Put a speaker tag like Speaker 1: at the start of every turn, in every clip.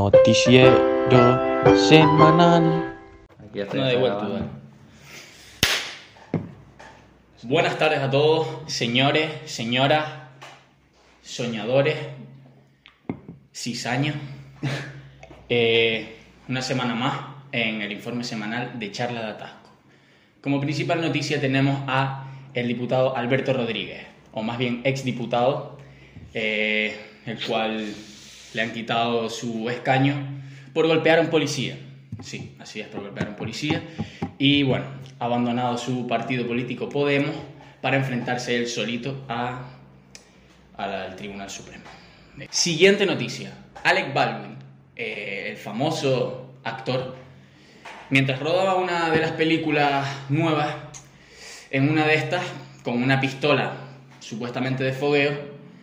Speaker 1: noticiero semanal.
Speaker 2: Ya está,
Speaker 3: No,
Speaker 2: ya
Speaker 3: de
Speaker 2: está
Speaker 3: vuelta,
Speaker 2: grabando.
Speaker 3: dale. Buenas tardes a todos, señores, señoras, soñadores, cizaños. Eh, una semana más en el informe semanal de Charla de Atasco. Como principal noticia tenemos a el diputado Alberto Rodríguez, o más bien exdiputado, eh, el cual le han quitado su escaño por golpear a un policía. Sí, así es, por golpear a un policía. Y bueno, ha abandonado su partido político Podemos para enfrentarse él solito a, al Tribunal Supremo. Siguiente noticia. Alec Baldwin, eh, el famoso actor, mientras rodaba una de las películas nuevas, en una de estas, con una pistola supuestamente de fogueo,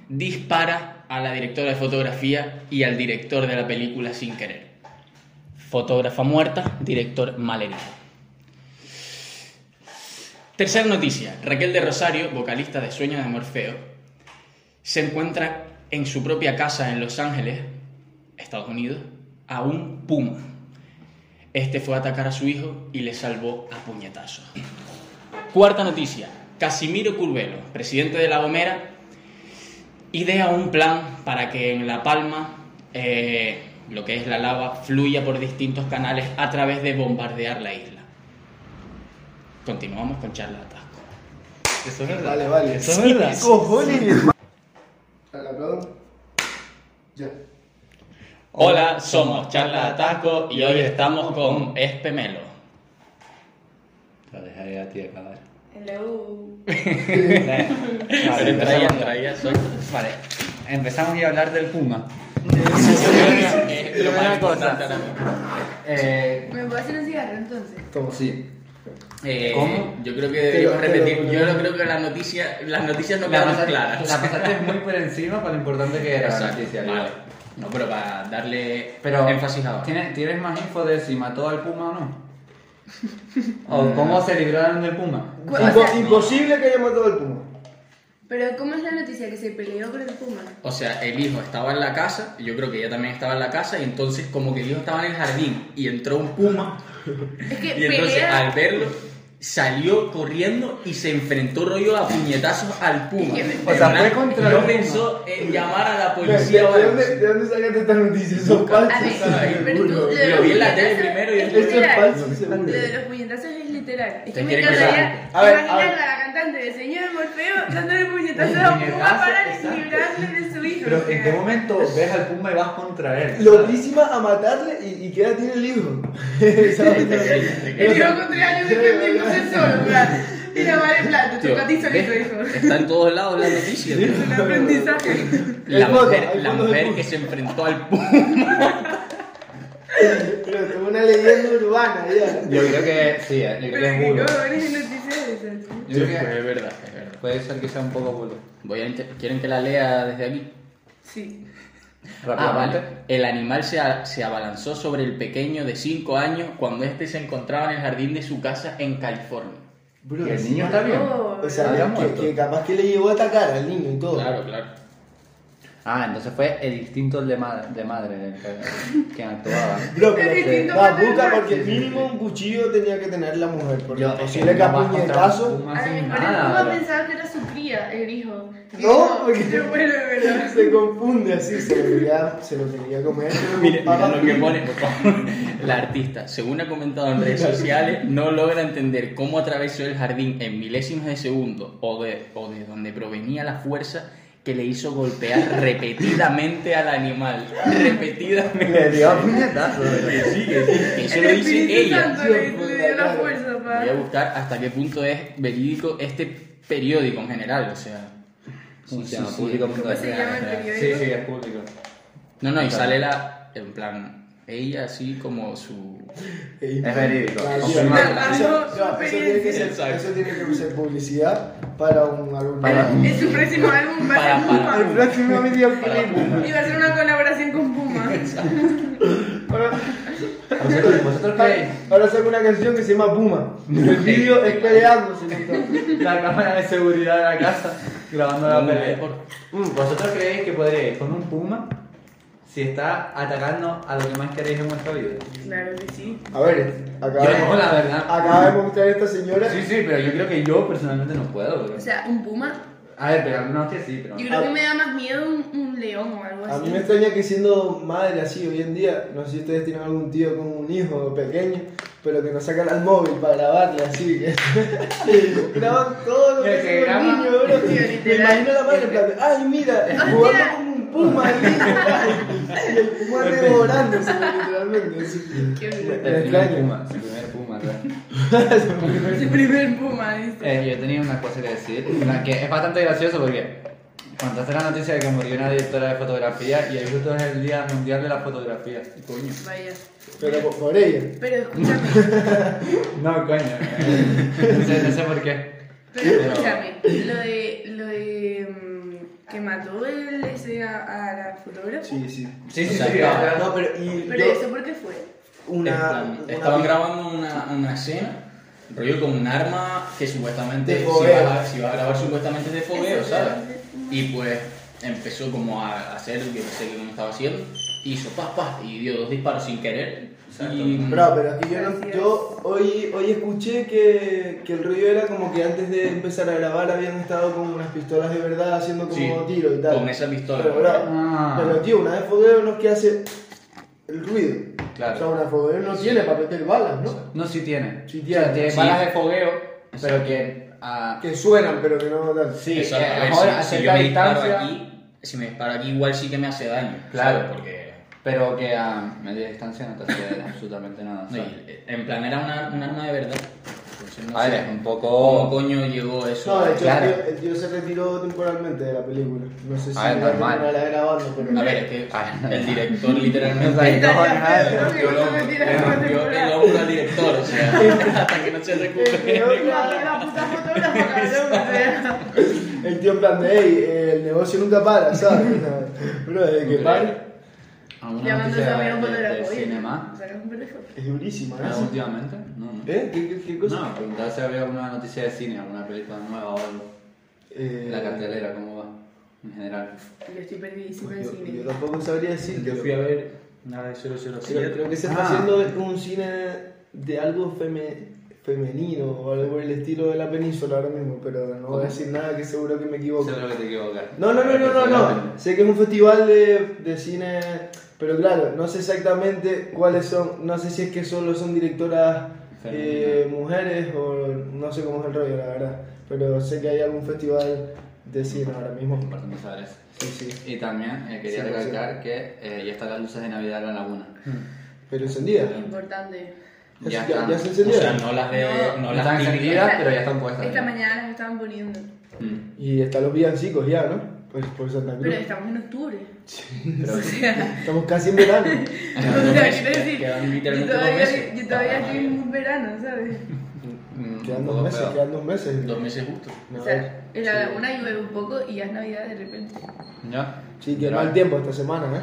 Speaker 3: dispara a la directora de fotografía y al director de la película sin querer. Fotógrafa muerta, director malherido. Tercer noticia, Raquel de Rosario, vocalista de Sueño de Morfeo, se encuentra en su propia casa en Los Ángeles, Estados Unidos, a un puma. Este fue a atacar a su hijo y le salvó a puñetazos. Cuarta noticia. Casimiro Curvelo, presidente de La Gomera, idea un plan para que en La Palma eh, lo que es la lava fluya por distintos canales a través de bombardear la isla. Continuamos con charla de atasco.
Speaker 2: Eso es verdad.
Speaker 4: Vale, vale.
Speaker 2: Eso es verdad.
Speaker 4: ¡Cojones! ¿Al aplaudo? Ya.
Speaker 2: Hola,
Speaker 3: Hola, somos Charla de Atasco y hoy estamos con Espemelo.
Speaker 2: La dejaré a ti acabar.
Speaker 5: Hello.
Speaker 2: Vale,
Speaker 3: Traía,
Speaker 2: empezamos,
Speaker 3: traía, soy-
Speaker 2: vale, empezamos ya a hablar del Puma.
Speaker 3: Es eh, lo más
Speaker 2: Primera cosa.
Speaker 3: importante ahora mismo.
Speaker 2: Eh,
Speaker 5: ¿Me puedo hacer un cigarro entonces?
Speaker 4: Toma.
Speaker 2: sí.
Speaker 3: Eh,
Speaker 2: ¿Cómo?
Speaker 3: Yo creo que debemos
Speaker 4: Pero- pero-
Speaker 3: repetir. Yo no creo que la noticia, las noticias no
Speaker 2: La,
Speaker 3: quedaron
Speaker 2: pasaste-
Speaker 3: claras.
Speaker 2: la pasaste muy por encima para lo importante que era la
Speaker 3: Exacto,
Speaker 2: noticia. yo.
Speaker 3: vale. No, pero para darle
Speaker 2: Pero,
Speaker 3: énfasis ahora.
Speaker 2: ¿tienes, ¿tienes más info de si mató al Puma o no?
Speaker 3: Mm.
Speaker 2: ¿O cómo se libraron del Puma?
Speaker 5: Cu- o
Speaker 4: Impo-
Speaker 5: sea,
Speaker 4: imposible que haya matado al puma.
Speaker 5: pero ¿cómo es la noticia que se peleó con el puma?
Speaker 3: O sea, el hijo estaba en la casa, yo creo que ella también estaba en la casa, y entonces como que el hijo estaba en el jardín y entró un puma,
Speaker 5: Es que
Speaker 3: y entonces al
Speaker 5: pelea.
Speaker 3: verlo salió corriendo y se enfrentó rollo a puñetazos al puma.
Speaker 5: Y que-
Speaker 3: De
Speaker 2: O sea,
Speaker 3: verdad,
Speaker 2: fue contra el
Speaker 3: no
Speaker 2: puma.
Speaker 3: pensó en llamar a la
Speaker 4: ¿De,
Speaker 3: policía. o algo.
Speaker 4: dónde, ¿De dónde sacaste esta noticia? Son
Speaker 5: A
Speaker 4: falsos.
Speaker 5: ver, pero tú,
Speaker 4: seguro.
Speaker 5: lo de
Speaker 3: Lo
Speaker 5: los
Speaker 3: vi en la tele
Speaker 5: puñetazos
Speaker 3: primero y
Speaker 5: es
Speaker 4: Esto es
Speaker 5: literal.
Speaker 4: falso,
Speaker 5: Lo
Speaker 4: seguro.
Speaker 5: de los puñetazos es literal. Es que
Speaker 3: Te
Speaker 5: me
Speaker 3: quiere
Speaker 5: encantaría
Speaker 4: cruzar. A ver, a
Speaker 5: imaginar
Speaker 4: ver.
Speaker 5: a la cantante de Señor Morfeo dándole puñetazos a un puma
Speaker 2: Puñetazo,
Speaker 5: para
Speaker 2: exacto.
Speaker 5: librarle de su hijo.
Speaker 2: Pero en qué momento ves al Puma y vas contra él.
Speaker 4: Loquísima a matarle y, y queda tiene el hijo. ¿Sabes?
Speaker 5: El hijo con tres años defendiendo se solo, ¿verdad? Y la madre en plan, te
Speaker 3: Tío,
Speaker 5: tocó a ti solito,
Speaker 3: ¿ves?
Speaker 5: hijo.
Speaker 3: Está en todos lados la noticia. tío.
Speaker 5: Un aprendizaje.
Speaker 3: La
Speaker 4: Hay fotos,
Speaker 3: mujer,
Speaker 4: hay
Speaker 3: la
Speaker 4: fotos del
Speaker 3: mujer
Speaker 4: puma.
Speaker 3: que se enfrentó al puma.
Speaker 4: Pero es una leyenda urbana ya.
Speaker 2: Yo creo que sí, eh, yo creo
Speaker 5: Pero
Speaker 2: que
Speaker 5: que
Speaker 2: es bulo.
Speaker 5: cojones de noticias es esa, tío?
Speaker 2: Yo creo
Speaker 3: Pues
Speaker 2: que
Speaker 3: es verdad, es verdad.
Speaker 2: puede ser que sea un poco bulo.
Speaker 3: Voy a inter- ¿Quieren que la lea desde aquí?
Speaker 5: Sí.
Speaker 3: Ah,
Speaker 2: Rápidamente.
Speaker 3: vale. El animal se, a- se abalanzó sobre el pequeño de 5 años cuando éste se encontraba en el jardín de su casa en California.
Speaker 4: Bro,
Speaker 2: ¿Y el
Speaker 4: sí.
Speaker 2: niño está bien?
Speaker 5: Oh,
Speaker 4: O
Speaker 2: Había
Speaker 4: sea, que,
Speaker 2: muerto.
Speaker 4: que capaz que le llevó a atacar al niño y todo.
Speaker 3: claro.
Speaker 2: Ah, entonces fue el instinto de, ma- de madre del que, que actuaba.
Speaker 4: Bro, pero
Speaker 5: Es
Speaker 4: que
Speaker 5: distinto
Speaker 4: va
Speaker 5: matar
Speaker 4: busca
Speaker 5: al macho.
Speaker 4: porque mínimo un cuchillo tenía que tener la mujer. Porque
Speaker 2: Yo-
Speaker 4: posible que
Speaker 2: no
Speaker 4: a
Speaker 2: vas contra un
Speaker 4: puñetazo.
Speaker 2: Puma
Speaker 5: A lo
Speaker 2: sin
Speaker 5: mejor
Speaker 2: nada,
Speaker 5: el
Speaker 2: bro.
Speaker 5: Puma pensaba que era su cría, el hijo.
Speaker 4: No, porque-
Speaker 5: Pero bueno, de verdad.
Speaker 4: Se confunde así, se lo quería, se lo quería comer.
Speaker 3: Mire,
Speaker 4: Papá
Speaker 3: mira lo que pone por favor. la artista. Según ha comentado en redes sociales, no logra entender cómo atravesó el jardín en milésimas de segundo o de, o de donde provenía la fuerza que le hizo golpear repetidamente al animal. Repetidamente.
Speaker 2: Le dio a puñetazo. bro.
Speaker 3: Eso lo dice
Speaker 5: Espíritu
Speaker 3: ella.
Speaker 5: Santo le, le dio la fuerza, pa.
Speaker 3: Voy a buscar hasta qué punto es verídico este periódico en general, o sea.
Speaker 2: Funciona
Speaker 3: Sí, sí, sí.
Speaker 2: público.
Speaker 5: ¿Cómo se llama el
Speaker 2: Sí,
Speaker 5: periódico?
Speaker 2: sí, es público.
Speaker 3: No, no, y sale la. En plan, ella así como su.
Speaker 4: Ey,
Speaker 2: Es verídico.
Speaker 4: vaya,
Speaker 2: Confirmado.
Speaker 4: Eso,
Speaker 5: Narrando su
Speaker 4: no, eso tiene que ser,
Speaker 3: experiencia.
Speaker 4: eso tiene que ser publicidad para un álbum.
Speaker 2: Para-
Speaker 5: En su próximo álbum va a
Speaker 3: Para-
Speaker 5: ser
Speaker 3: para-
Speaker 4: El
Speaker 5: Puma.
Speaker 4: próximo videoclip.
Speaker 5: Y va a ser una colaboración con Puma.
Speaker 4: Ahora-
Speaker 2: ¿Vosotros, vosotros creéis?
Speaker 4: Ahora saco una canción que se llama Puma. El vídeo es peleándose. ¿no?
Speaker 2: la cámara de seguridad de la casa grabando la
Speaker 3: Muy
Speaker 2: pelea.
Speaker 3: bien.
Speaker 2: Mm, ¿Vosotros creéis que podríais con un puma si está atacando a lo que más queréis en vuestra vida.
Speaker 5: Claro que sí.
Speaker 4: A ver,
Speaker 2: Yo no,
Speaker 4: acabamos
Speaker 2: la verdad.
Speaker 4: acaba de mostrar esta señora.
Speaker 2: Sí, sí, pero yo creo que yo personalmente no puedo. bro.
Speaker 5: O sea, un puma.
Speaker 2: A ver, pegarle una hostia sí, pero.
Speaker 5: Yo creo que me da más miedo un, un león o algo así.
Speaker 4: A mí me extraña que siendo madre así hoy en día, no sé si ustedes tienen algún tío con un hijo pequeño, pero que no sacan al móvil para grabarle así. Que... Graban todo lo
Speaker 2: El
Speaker 4: que
Speaker 2: que
Speaker 4: hace con el
Speaker 2: graba-
Speaker 4: niño, bro.
Speaker 5: Tío,
Speaker 4: Me
Speaker 5: literal.
Speaker 4: imagino a la madre en plan, de, ay mira, jugando con un puma el niño, ay", y el puma devorándose literalmente. así.
Speaker 5: Qué
Speaker 4: Me-
Speaker 5: horrior.
Speaker 4: me
Speaker 2: El primer
Speaker 4: extraña.
Speaker 2: puma, el primer puma, ¿verdad?
Speaker 5: El primer puma, dice.
Speaker 2: Eh, yo tenía una cosa que decir, la que es bastante gracioso porque contaste la noticia de que murió una directora de fotografía y hoy justo es el Día Mundial de la Fotografía. Y coño.
Speaker 5: Vaya.
Speaker 4: Pero por, por ella.
Speaker 5: Pero escúchame,
Speaker 2: No, coño. eh, No sé, no sé por qué.
Speaker 5: pero escúchame. Lo de. Lo de. mm, Que mató el ese a, a la fotógrafa.
Speaker 4: Sí, sí.
Speaker 2: Sí,
Speaker 3: sí, sí, claro.
Speaker 4: No, pero y
Speaker 5: Pero
Speaker 4: yo-
Speaker 5: eso por qué fue.
Speaker 4: una,
Speaker 3: En plan,
Speaker 4: una-
Speaker 3: estaban grabando una, una escena, rollo con un arma que supuestamente
Speaker 4: De
Speaker 3: si
Speaker 4: fogueo.
Speaker 3: va, a, si va a grabar supuestamente es de fogueo,
Speaker 5: Eso,
Speaker 3: ¿sabes?
Speaker 5: claro.
Speaker 3: Y pues empezó como a hacer, yo no sé qué coño estaba haciendo, hizo pa, pa, y dio dos disparos sin querer. Y,
Speaker 4: Bro, pero es que yo, no,
Speaker 5: Gracias.
Speaker 4: yo hoy, hoy escuché que, que el rollo era como que antes de empezar a grabar habían estado con unas pistolas de verdad haciendo
Speaker 3: Sí,
Speaker 4: como tiro y tal.
Speaker 3: con esa pistola.
Speaker 4: Pero, bro,
Speaker 2: Ah.
Speaker 4: pero, tío, una de fogueo no es que hace el ruido.
Speaker 2: Claro.
Speaker 4: O sea, una de fogueo no tiene para meter balas, ¿no?
Speaker 2: No, sí tiene.
Speaker 4: Sí tiene.
Speaker 2: O sea, tiene
Speaker 3: Sí.
Speaker 2: balas de fogueo, pero que. ah,
Speaker 4: Que suenan, pero que no tal.
Speaker 2: sí,
Speaker 3: Eso,
Speaker 2: eh,
Speaker 3: a ver,
Speaker 2: mejor
Speaker 3: si-
Speaker 2: a
Speaker 3: si, yo
Speaker 2: cierta
Speaker 3: me disparo
Speaker 2: distancia,
Speaker 3: aquí, si me disparo aquí igual sí que me hace daño.
Speaker 2: Claro.
Speaker 3: ¿sabes? Porque
Speaker 2: pero que a media distancia no te hace absolutamente nada.
Speaker 3: no,
Speaker 2: ¿sabes?
Speaker 3: y- eh, en plan era una, un arma de verdad. Entonces, no
Speaker 2: A ver,
Speaker 3: sé
Speaker 2: es un poco-
Speaker 3: ¿Cómo coño llegó eso?
Speaker 4: No, de hecho,
Speaker 2: Claro.
Speaker 4: el, tío, el tío se retiró temporalmente de la película. No sé si
Speaker 2: Ah, es
Speaker 4: va a
Speaker 2: normal.
Speaker 4: terminar la grabando, pero.
Speaker 3: A ver, es que
Speaker 2: Ah.
Speaker 3: el director
Speaker 2: O sea,
Speaker 3: literalmente
Speaker 2: no,
Speaker 5: Estaría
Speaker 2: nada,
Speaker 5: feo, ¿no?
Speaker 3: rompió
Speaker 5: Que
Speaker 3: el
Speaker 5: no se
Speaker 3: hombro,
Speaker 5: metiera
Speaker 3: le
Speaker 5: en una
Speaker 3: rompió el
Speaker 5: temporada.
Speaker 3: hombro al director, o sea, hasta que no se recupere.
Speaker 4: Pero,
Speaker 5: La la puta fotógrafa, cabrón, o sea.
Speaker 4: El tío en plan de, "Ey, eh, el negocio nunca para, ¿sabes? Bro, desde que
Speaker 2: Nunca
Speaker 4: para
Speaker 2: ¿Alguna
Speaker 5: Llamando
Speaker 2: noticia
Speaker 5: también a
Speaker 2: de,
Speaker 5: un
Speaker 2: de,
Speaker 5: fotógrafo.
Speaker 2: de
Speaker 5: oye,
Speaker 2: cinema?
Speaker 5: saca un fotógrafo.
Speaker 4: es durísima,
Speaker 2: Ah,
Speaker 4: ¿no?
Speaker 2: últimamente? No, no.
Speaker 4: ¿Eh? ¿Qué, qué, qué cosa?
Speaker 2: No, preguntaba si había alguna noticia de cine, alguna película nueva o algo.
Speaker 4: Eh,
Speaker 2: La cartelera, ¿cómo va? En general.
Speaker 5: Yo estoy perdidísimo en
Speaker 4: Yo, yo
Speaker 5: cine.
Speaker 4: tampoco sabría decir.
Speaker 3: ver nada de 007.
Speaker 4: Creo, creo que se está
Speaker 2: Ah.
Speaker 4: haciendo un cine de algo feme- femenino o algo por el estilo de la península ahora mismo, pero no voy a decir nada que seguro que me equivoco.
Speaker 2: Seguro que te equivocas.
Speaker 4: No, no, no, no, no, no. Sé que es un festival de, de cine, pero claro, no sé exactamente cuáles son, no sé si es que solo son directoras eh, mujeres o no sé cómo es el rollo, la verdad, pero sé que hay algún festival de cine ahora mismo.
Speaker 2: Importante saber eso.
Speaker 4: Sí, sí.
Speaker 2: Y también eh, quería
Speaker 4: Sí, pues,
Speaker 2: recalcar que eh, ya están las luces de Navidad en la laguna.
Speaker 4: Pero encendida.
Speaker 5: Importante.
Speaker 4: Ya,
Speaker 2: Ya
Speaker 4: se- ya-
Speaker 2: están.
Speaker 4: ya se
Speaker 3: O
Speaker 4: encendió.
Speaker 3: sea, no las de.
Speaker 5: No,
Speaker 3: No
Speaker 2: No
Speaker 3: las
Speaker 2: están
Speaker 3: típicas.
Speaker 2: encendidas, pero ya están puestas.
Speaker 5: Esta mañana las estaban poniendo.
Speaker 2: Mm.
Speaker 4: Y están los villancicos ya, ¿no? Por, por Santa
Speaker 5: Pero
Speaker 4: Cruz.
Speaker 5: estamos en octubre.
Speaker 2: Pero-
Speaker 5: O sea,
Speaker 4: Estamos casi en verano.
Speaker 5: o sea, quiero decir,
Speaker 3: Quedan
Speaker 5: yo
Speaker 3: literalmente dos
Speaker 5: todavía,
Speaker 3: meses.
Speaker 5: yo todavía estoy en un verano, ¿sabes?
Speaker 2: Mm,
Speaker 4: quedan
Speaker 2: un poco
Speaker 4: dos meses,
Speaker 2: feo.
Speaker 4: quedan dos meses.
Speaker 3: Dos meses justo.
Speaker 4: No,
Speaker 5: O sea, en
Speaker 4: sí.
Speaker 5: la laguna llueve un poco y ya es Navidad de repente.
Speaker 2: ¿Ya?
Speaker 4: Sí, que
Speaker 2: Pero-
Speaker 4: mal tiempo esta semana, ¿eh?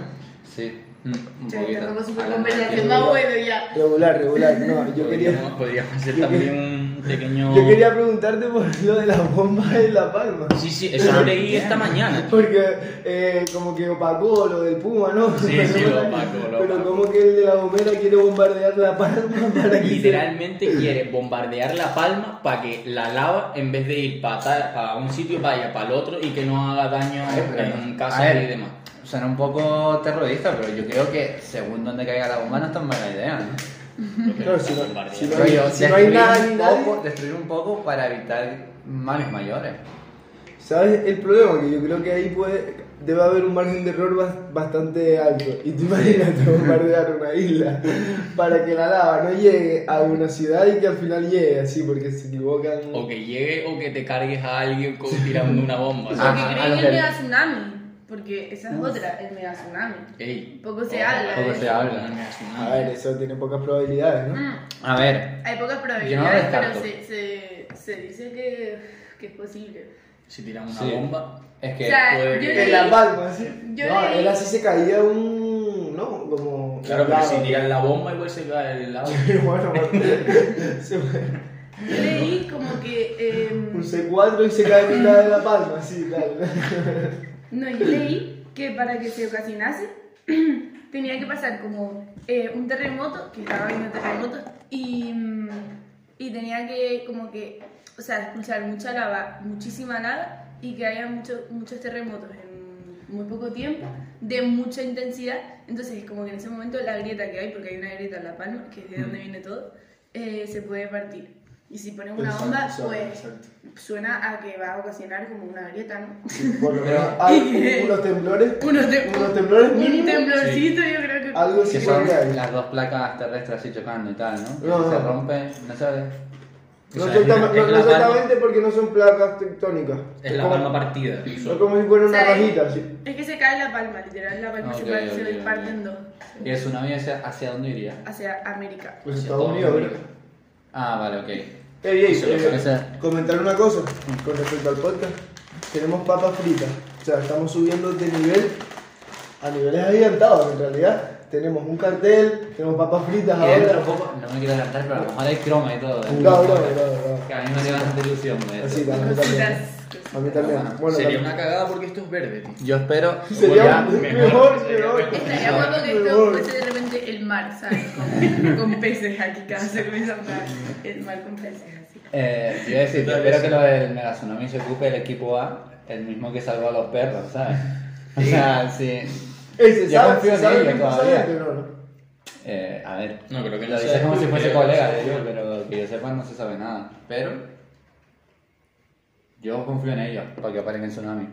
Speaker 2: Sí. Mm, Un
Speaker 5: O sea, tampoco
Speaker 2: poquito.
Speaker 5: súper
Speaker 2: Hablando de-
Speaker 5: conversación más bueno ya.
Speaker 4: Regular, regular. No, yo quería,
Speaker 3: Podríamos- Podríamos hacer
Speaker 4: yo
Speaker 3: también un pequeño.
Speaker 4: yo quería preguntarte por lo de las bombas en La Palma.
Speaker 3: Sí, sí, eso lo leí esta mañana.
Speaker 4: Porque eh, como que opacó lo del Puma, ¿no?
Speaker 3: Sí, sí, lo opacó, lo
Speaker 4: Pero
Speaker 3: opacó.
Speaker 4: como que el de la bombera quiere bombardear La Palma para que se...
Speaker 3: Literalmente quiere bombardear La Palma para que la lava, en vez de ir para un sitio, vaya para el otro y que no haga daño
Speaker 2: Ay, pero
Speaker 3: en
Speaker 2: no. A
Speaker 3: casas
Speaker 2: ver,
Speaker 3: y demás.
Speaker 2: Suena un poco terrorista, pero yo creo que según donde caiga la bomba no es tan mala idea, ¿no?
Speaker 4: Claro, si no, si no hay,
Speaker 2: Rollo,
Speaker 4: si no hay
Speaker 2: destruir
Speaker 4: nada ni
Speaker 2: un
Speaker 4: nadie...
Speaker 2: poco- Destruir un poco para evitar males mayores.
Speaker 4: ¿Sabes el problema? Que yo creo que ahí puede, debe haber un margen de error bas- bastante alto. Y tú imagínate bombardear una isla para que la lava no llegue a una ciudad y que al final llegue así porque se equivocan.
Speaker 3: O que llegue o que te cargues a alguien con- tirando una bomba.
Speaker 5: Porque
Speaker 3: ¿sabes?
Speaker 2: Ajá, a
Speaker 5: creen
Speaker 2: los
Speaker 5: que el
Speaker 2: del-
Speaker 5: mega tsunami. Porque esa es otra, el mega tsunami.
Speaker 3: Ey.
Speaker 5: Poco se habla
Speaker 2: Ah.
Speaker 5: ¿eh?
Speaker 2: Poco
Speaker 5: de
Speaker 2: se
Speaker 5: eso.
Speaker 2: habla.
Speaker 3: No me hagas nada.
Speaker 4: A ver, eso tiene pocas probabilidades, ¿no?
Speaker 5: Mm,
Speaker 2: A ver,
Speaker 5: Hay pocas
Speaker 2: Yo
Speaker 5: probabilidades,
Speaker 2: no
Speaker 5: pero
Speaker 2: descarto.
Speaker 5: se, se, se dice que, que es posible.
Speaker 3: Si tiran una
Speaker 2: Sí.
Speaker 3: bomba.
Speaker 2: es
Speaker 5: O
Speaker 2: que.
Speaker 5: sea,
Speaker 3: puede
Speaker 5: yo
Speaker 3: que-
Speaker 5: leí-
Speaker 4: En la palma, así.
Speaker 5: Eh, Yo
Speaker 4: No,
Speaker 5: leí-
Speaker 4: él así se caía un. No, como.
Speaker 3: Claro, pero
Speaker 4: lava.
Speaker 3: si tiran la bomba, igual se cae el lado.
Speaker 4: Pero bueno, bueno. Se fue.
Speaker 5: yo leí como que... em,
Speaker 4: Un C4 y se cae en mitad de la palma, así, tal.
Speaker 5: No, yo leí que para que se ocasionase tenía que pasar como eh, un terremoto, que estaba viendo terremotos, y, mm, y tenía que como que, o sea, expulsar mucha lava, muchísima lava, y que haya mucho- muchos terremotos en muy poco tiempo, de mucha intensidad. Entonces, como que en ese momento la grieta que hay, porque hay una grieta en La Palma, que es de
Speaker 4: Mm.
Speaker 5: donde viene todo, eh, se puede partir. Y si pones una
Speaker 4: Exacto,
Speaker 5: bomba,
Speaker 4: exacto,
Speaker 5: pues
Speaker 4: exacto.
Speaker 5: suena a que va a ocasionar como una grieta, ¿no?
Speaker 4: Por lo menos hay unos temblores.
Speaker 5: Unos, te-
Speaker 4: Unos temblores
Speaker 5: Un
Speaker 4: mínimos.
Speaker 5: temblorcito, yo creo que.
Speaker 4: Algo
Speaker 2: Que
Speaker 4: sí
Speaker 2: son
Speaker 4: creo que hay.
Speaker 2: las dos placas terrestres así chocando y tal, ¿no?
Speaker 4: No,
Speaker 2: se
Speaker 4: no.
Speaker 2: rompe, ¿no sabes?
Speaker 4: No,
Speaker 3: O sea,
Speaker 4: exacta-
Speaker 3: es la- es
Speaker 4: no- no
Speaker 3: la palma-
Speaker 4: exactamente porque no son placas tectónicas.
Speaker 3: Es la
Speaker 4: Como-
Speaker 3: palma partida.
Speaker 4: No como si fuera una
Speaker 5: ¿Sabes?
Speaker 4: rajita, sí.
Speaker 5: Es que se cae la palma, literal, la palma
Speaker 2: Ah, Ok,
Speaker 5: se, parte-
Speaker 2: ok,
Speaker 5: se
Speaker 2: ok.
Speaker 5: parte en dos
Speaker 2: Y el tsunami ese, ¿hacia dónde iría?
Speaker 5: hacia América.
Speaker 4: Pues
Speaker 2: Hacia
Speaker 4: Estados
Speaker 2: todo
Speaker 4: Unidos,
Speaker 2: América.
Speaker 4: ¿verdad?
Speaker 2: Ah, vale, ok.
Speaker 4: Ey, ey,
Speaker 2: Eso lo
Speaker 4: eh,
Speaker 2: parece.
Speaker 4: comentar una cosa con respecto al podcast. Tenemos papas fritas. O sea, estamos subiendo de nivel a niveles agigantados en realidad. Tenemos un cartel, tenemos papas fritas
Speaker 2: Que dentro
Speaker 4: ahora.
Speaker 2: poco, no me quiero adelantar, pero a lo mejor hay croma y todo. ¿eh?
Speaker 4: No, no, no, no.
Speaker 2: Que a mí me hace bastante ilusión de
Speaker 4: Así,
Speaker 2: esto.
Speaker 4: a mí también.
Speaker 5: Cositas.
Speaker 4: A mí también. Bueno,
Speaker 3: Sería
Speaker 4: también.
Speaker 3: una cagada porque esto es verde, tío.
Speaker 2: Yo espero.
Speaker 4: Sería
Speaker 2: Voy a-
Speaker 4: mejor,
Speaker 3: mejor,
Speaker 4: mejor.
Speaker 5: Estaría guapo que esto
Speaker 4: Mejor.
Speaker 5: fuese de repente el mar, ¿sabes? Con, con peces aquí, cada vez que hablar el mar con peces así.
Speaker 2: Eh, te iba a decir, yo espero que lo del mega tsunami se ocupe el equipo A, el mismo que salvó a los perros, ¿sabes? O sea, sí.
Speaker 4: Ey, ¿se
Speaker 2: Yo
Speaker 4: sabe-
Speaker 2: confío
Speaker 4: se
Speaker 2: en
Speaker 4: sabe
Speaker 2: ellos
Speaker 4: quién pasa
Speaker 2: todavía.
Speaker 4: gente? No, no.
Speaker 2: Eh, a ver.
Speaker 3: No, creo que
Speaker 2: lo
Speaker 3: no
Speaker 2: dices
Speaker 3: sea
Speaker 2: como si
Speaker 3: tú,
Speaker 2: fuese
Speaker 3: pero-
Speaker 2: colega de ellos, pero que yo sepa no se sabe nada. Pero. Yo confío en ellos para que paren el tsunami.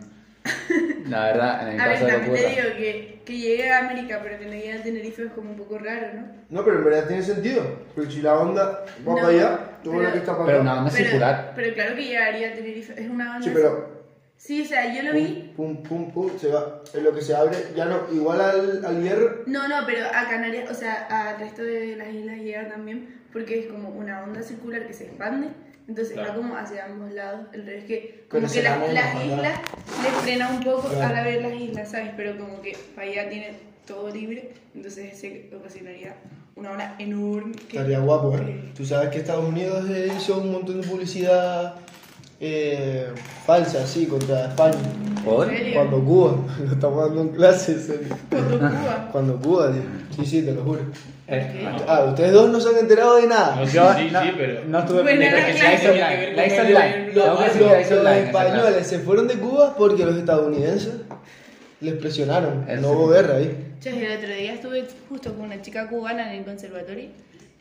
Speaker 2: La verdad, en el
Speaker 5: A ver,
Speaker 2: caso de que
Speaker 5: también te
Speaker 2: ocurra.
Speaker 5: digo que, que llegue a América, pero que no llegue a Tenerife es como un poco raro, ¿no?
Speaker 4: No, pero en verdad tiene sentido. Porque si la onda va
Speaker 5: No,
Speaker 4: para allá, tú
Speaker 5: pero-
Speaker 4: ves que está para
Speaker 2: Pero
Speaker 4: acá.
Speaker 2: una banda Ah, circular.
Speaker 5: Pero, pero claro que llegaría a Tenerife, es una banda.
Speaker 4: Sí, pero
Speaker 5: Sí, o sea, yo lo vi.
Speaker 4: pum, pum, pum, pum, se va. En lo que se abre, ya no, igual al, al hierro.
Speaker 5: No, no, pero a Canarias, o sea, al resto de las islas llega también, porque es como una onda circular que se expande, entonces
Speaker 3: Claro.
Speaker 5: va como hacia ambos lados. El revés que,
Speaker 4: Pero
Speaker 5: como
Speaker 4: se
Speaker 5: que
Speaker 4: la
Speaker 5: las,
Speaker 4: moja,
Speaker 5: las
Speaker 4: ¿verdad?
Speaker 5: islas les frena un poco
Speaker 4: Claro.
Speaker 5: al haber las islas, ¿sabes? Pero como que para allá tiene todo libre, entonces se ocasionaría una ola enorme. que-
Speaker 4: Estaría guapo, ¿eh?
Speaker 5: que-
Speaker 4: Tú sabes que Estados Unidos eh, hizo un montón de publicidad eh, falsa, sí, contra España.
Speaker 2: ¿Por?
Speaker 5: ¿En serio?
Speaker 4: Cuando Cuba, lo estamos dando en clases.
Speaker 5: Cuando Cuba.
Speaker 4: Cuando Cuba, tío. Sí, sí, te lo juro.
Speaker 2: Eh,
Speaker 3: No.
Speaker 4: Ah, ustedes dos no se han enterado de nada.
Speaker 3: No, sí,
Speaker 2: Yo
Speaker 3: sí,
Speaker 2: no,
Speaker 3: sí, pero.
Speaker 2: no estuve
Speaker 5: Bueno,
Speaker 2: pendiente.
Speaker 5: la
Speaker 2: La
Speaker 5: clase
Speaker 2: hice
Speaker 3: tiene que
Speaker 2: online.
Speaker 3: ver
Speaker 2: La hice
Speaker 3: con
Speaker 2: online. Tengo
Speaker 3: el-
Speaker 2: que
Speaker 4: Los,
Speaker 2: decir que la hice
Speaker 4: los
Speaker 2: online. esa clase.
Speaker 4: españoles se fueron de Cuba porque los estadounidenses les presionaron.
Speaker 2: Eso.
Speaker 4: No hubo guerra ahí.
Speaker 5: Chas, el otro día estuve justo con una chica cubana en el conservatorio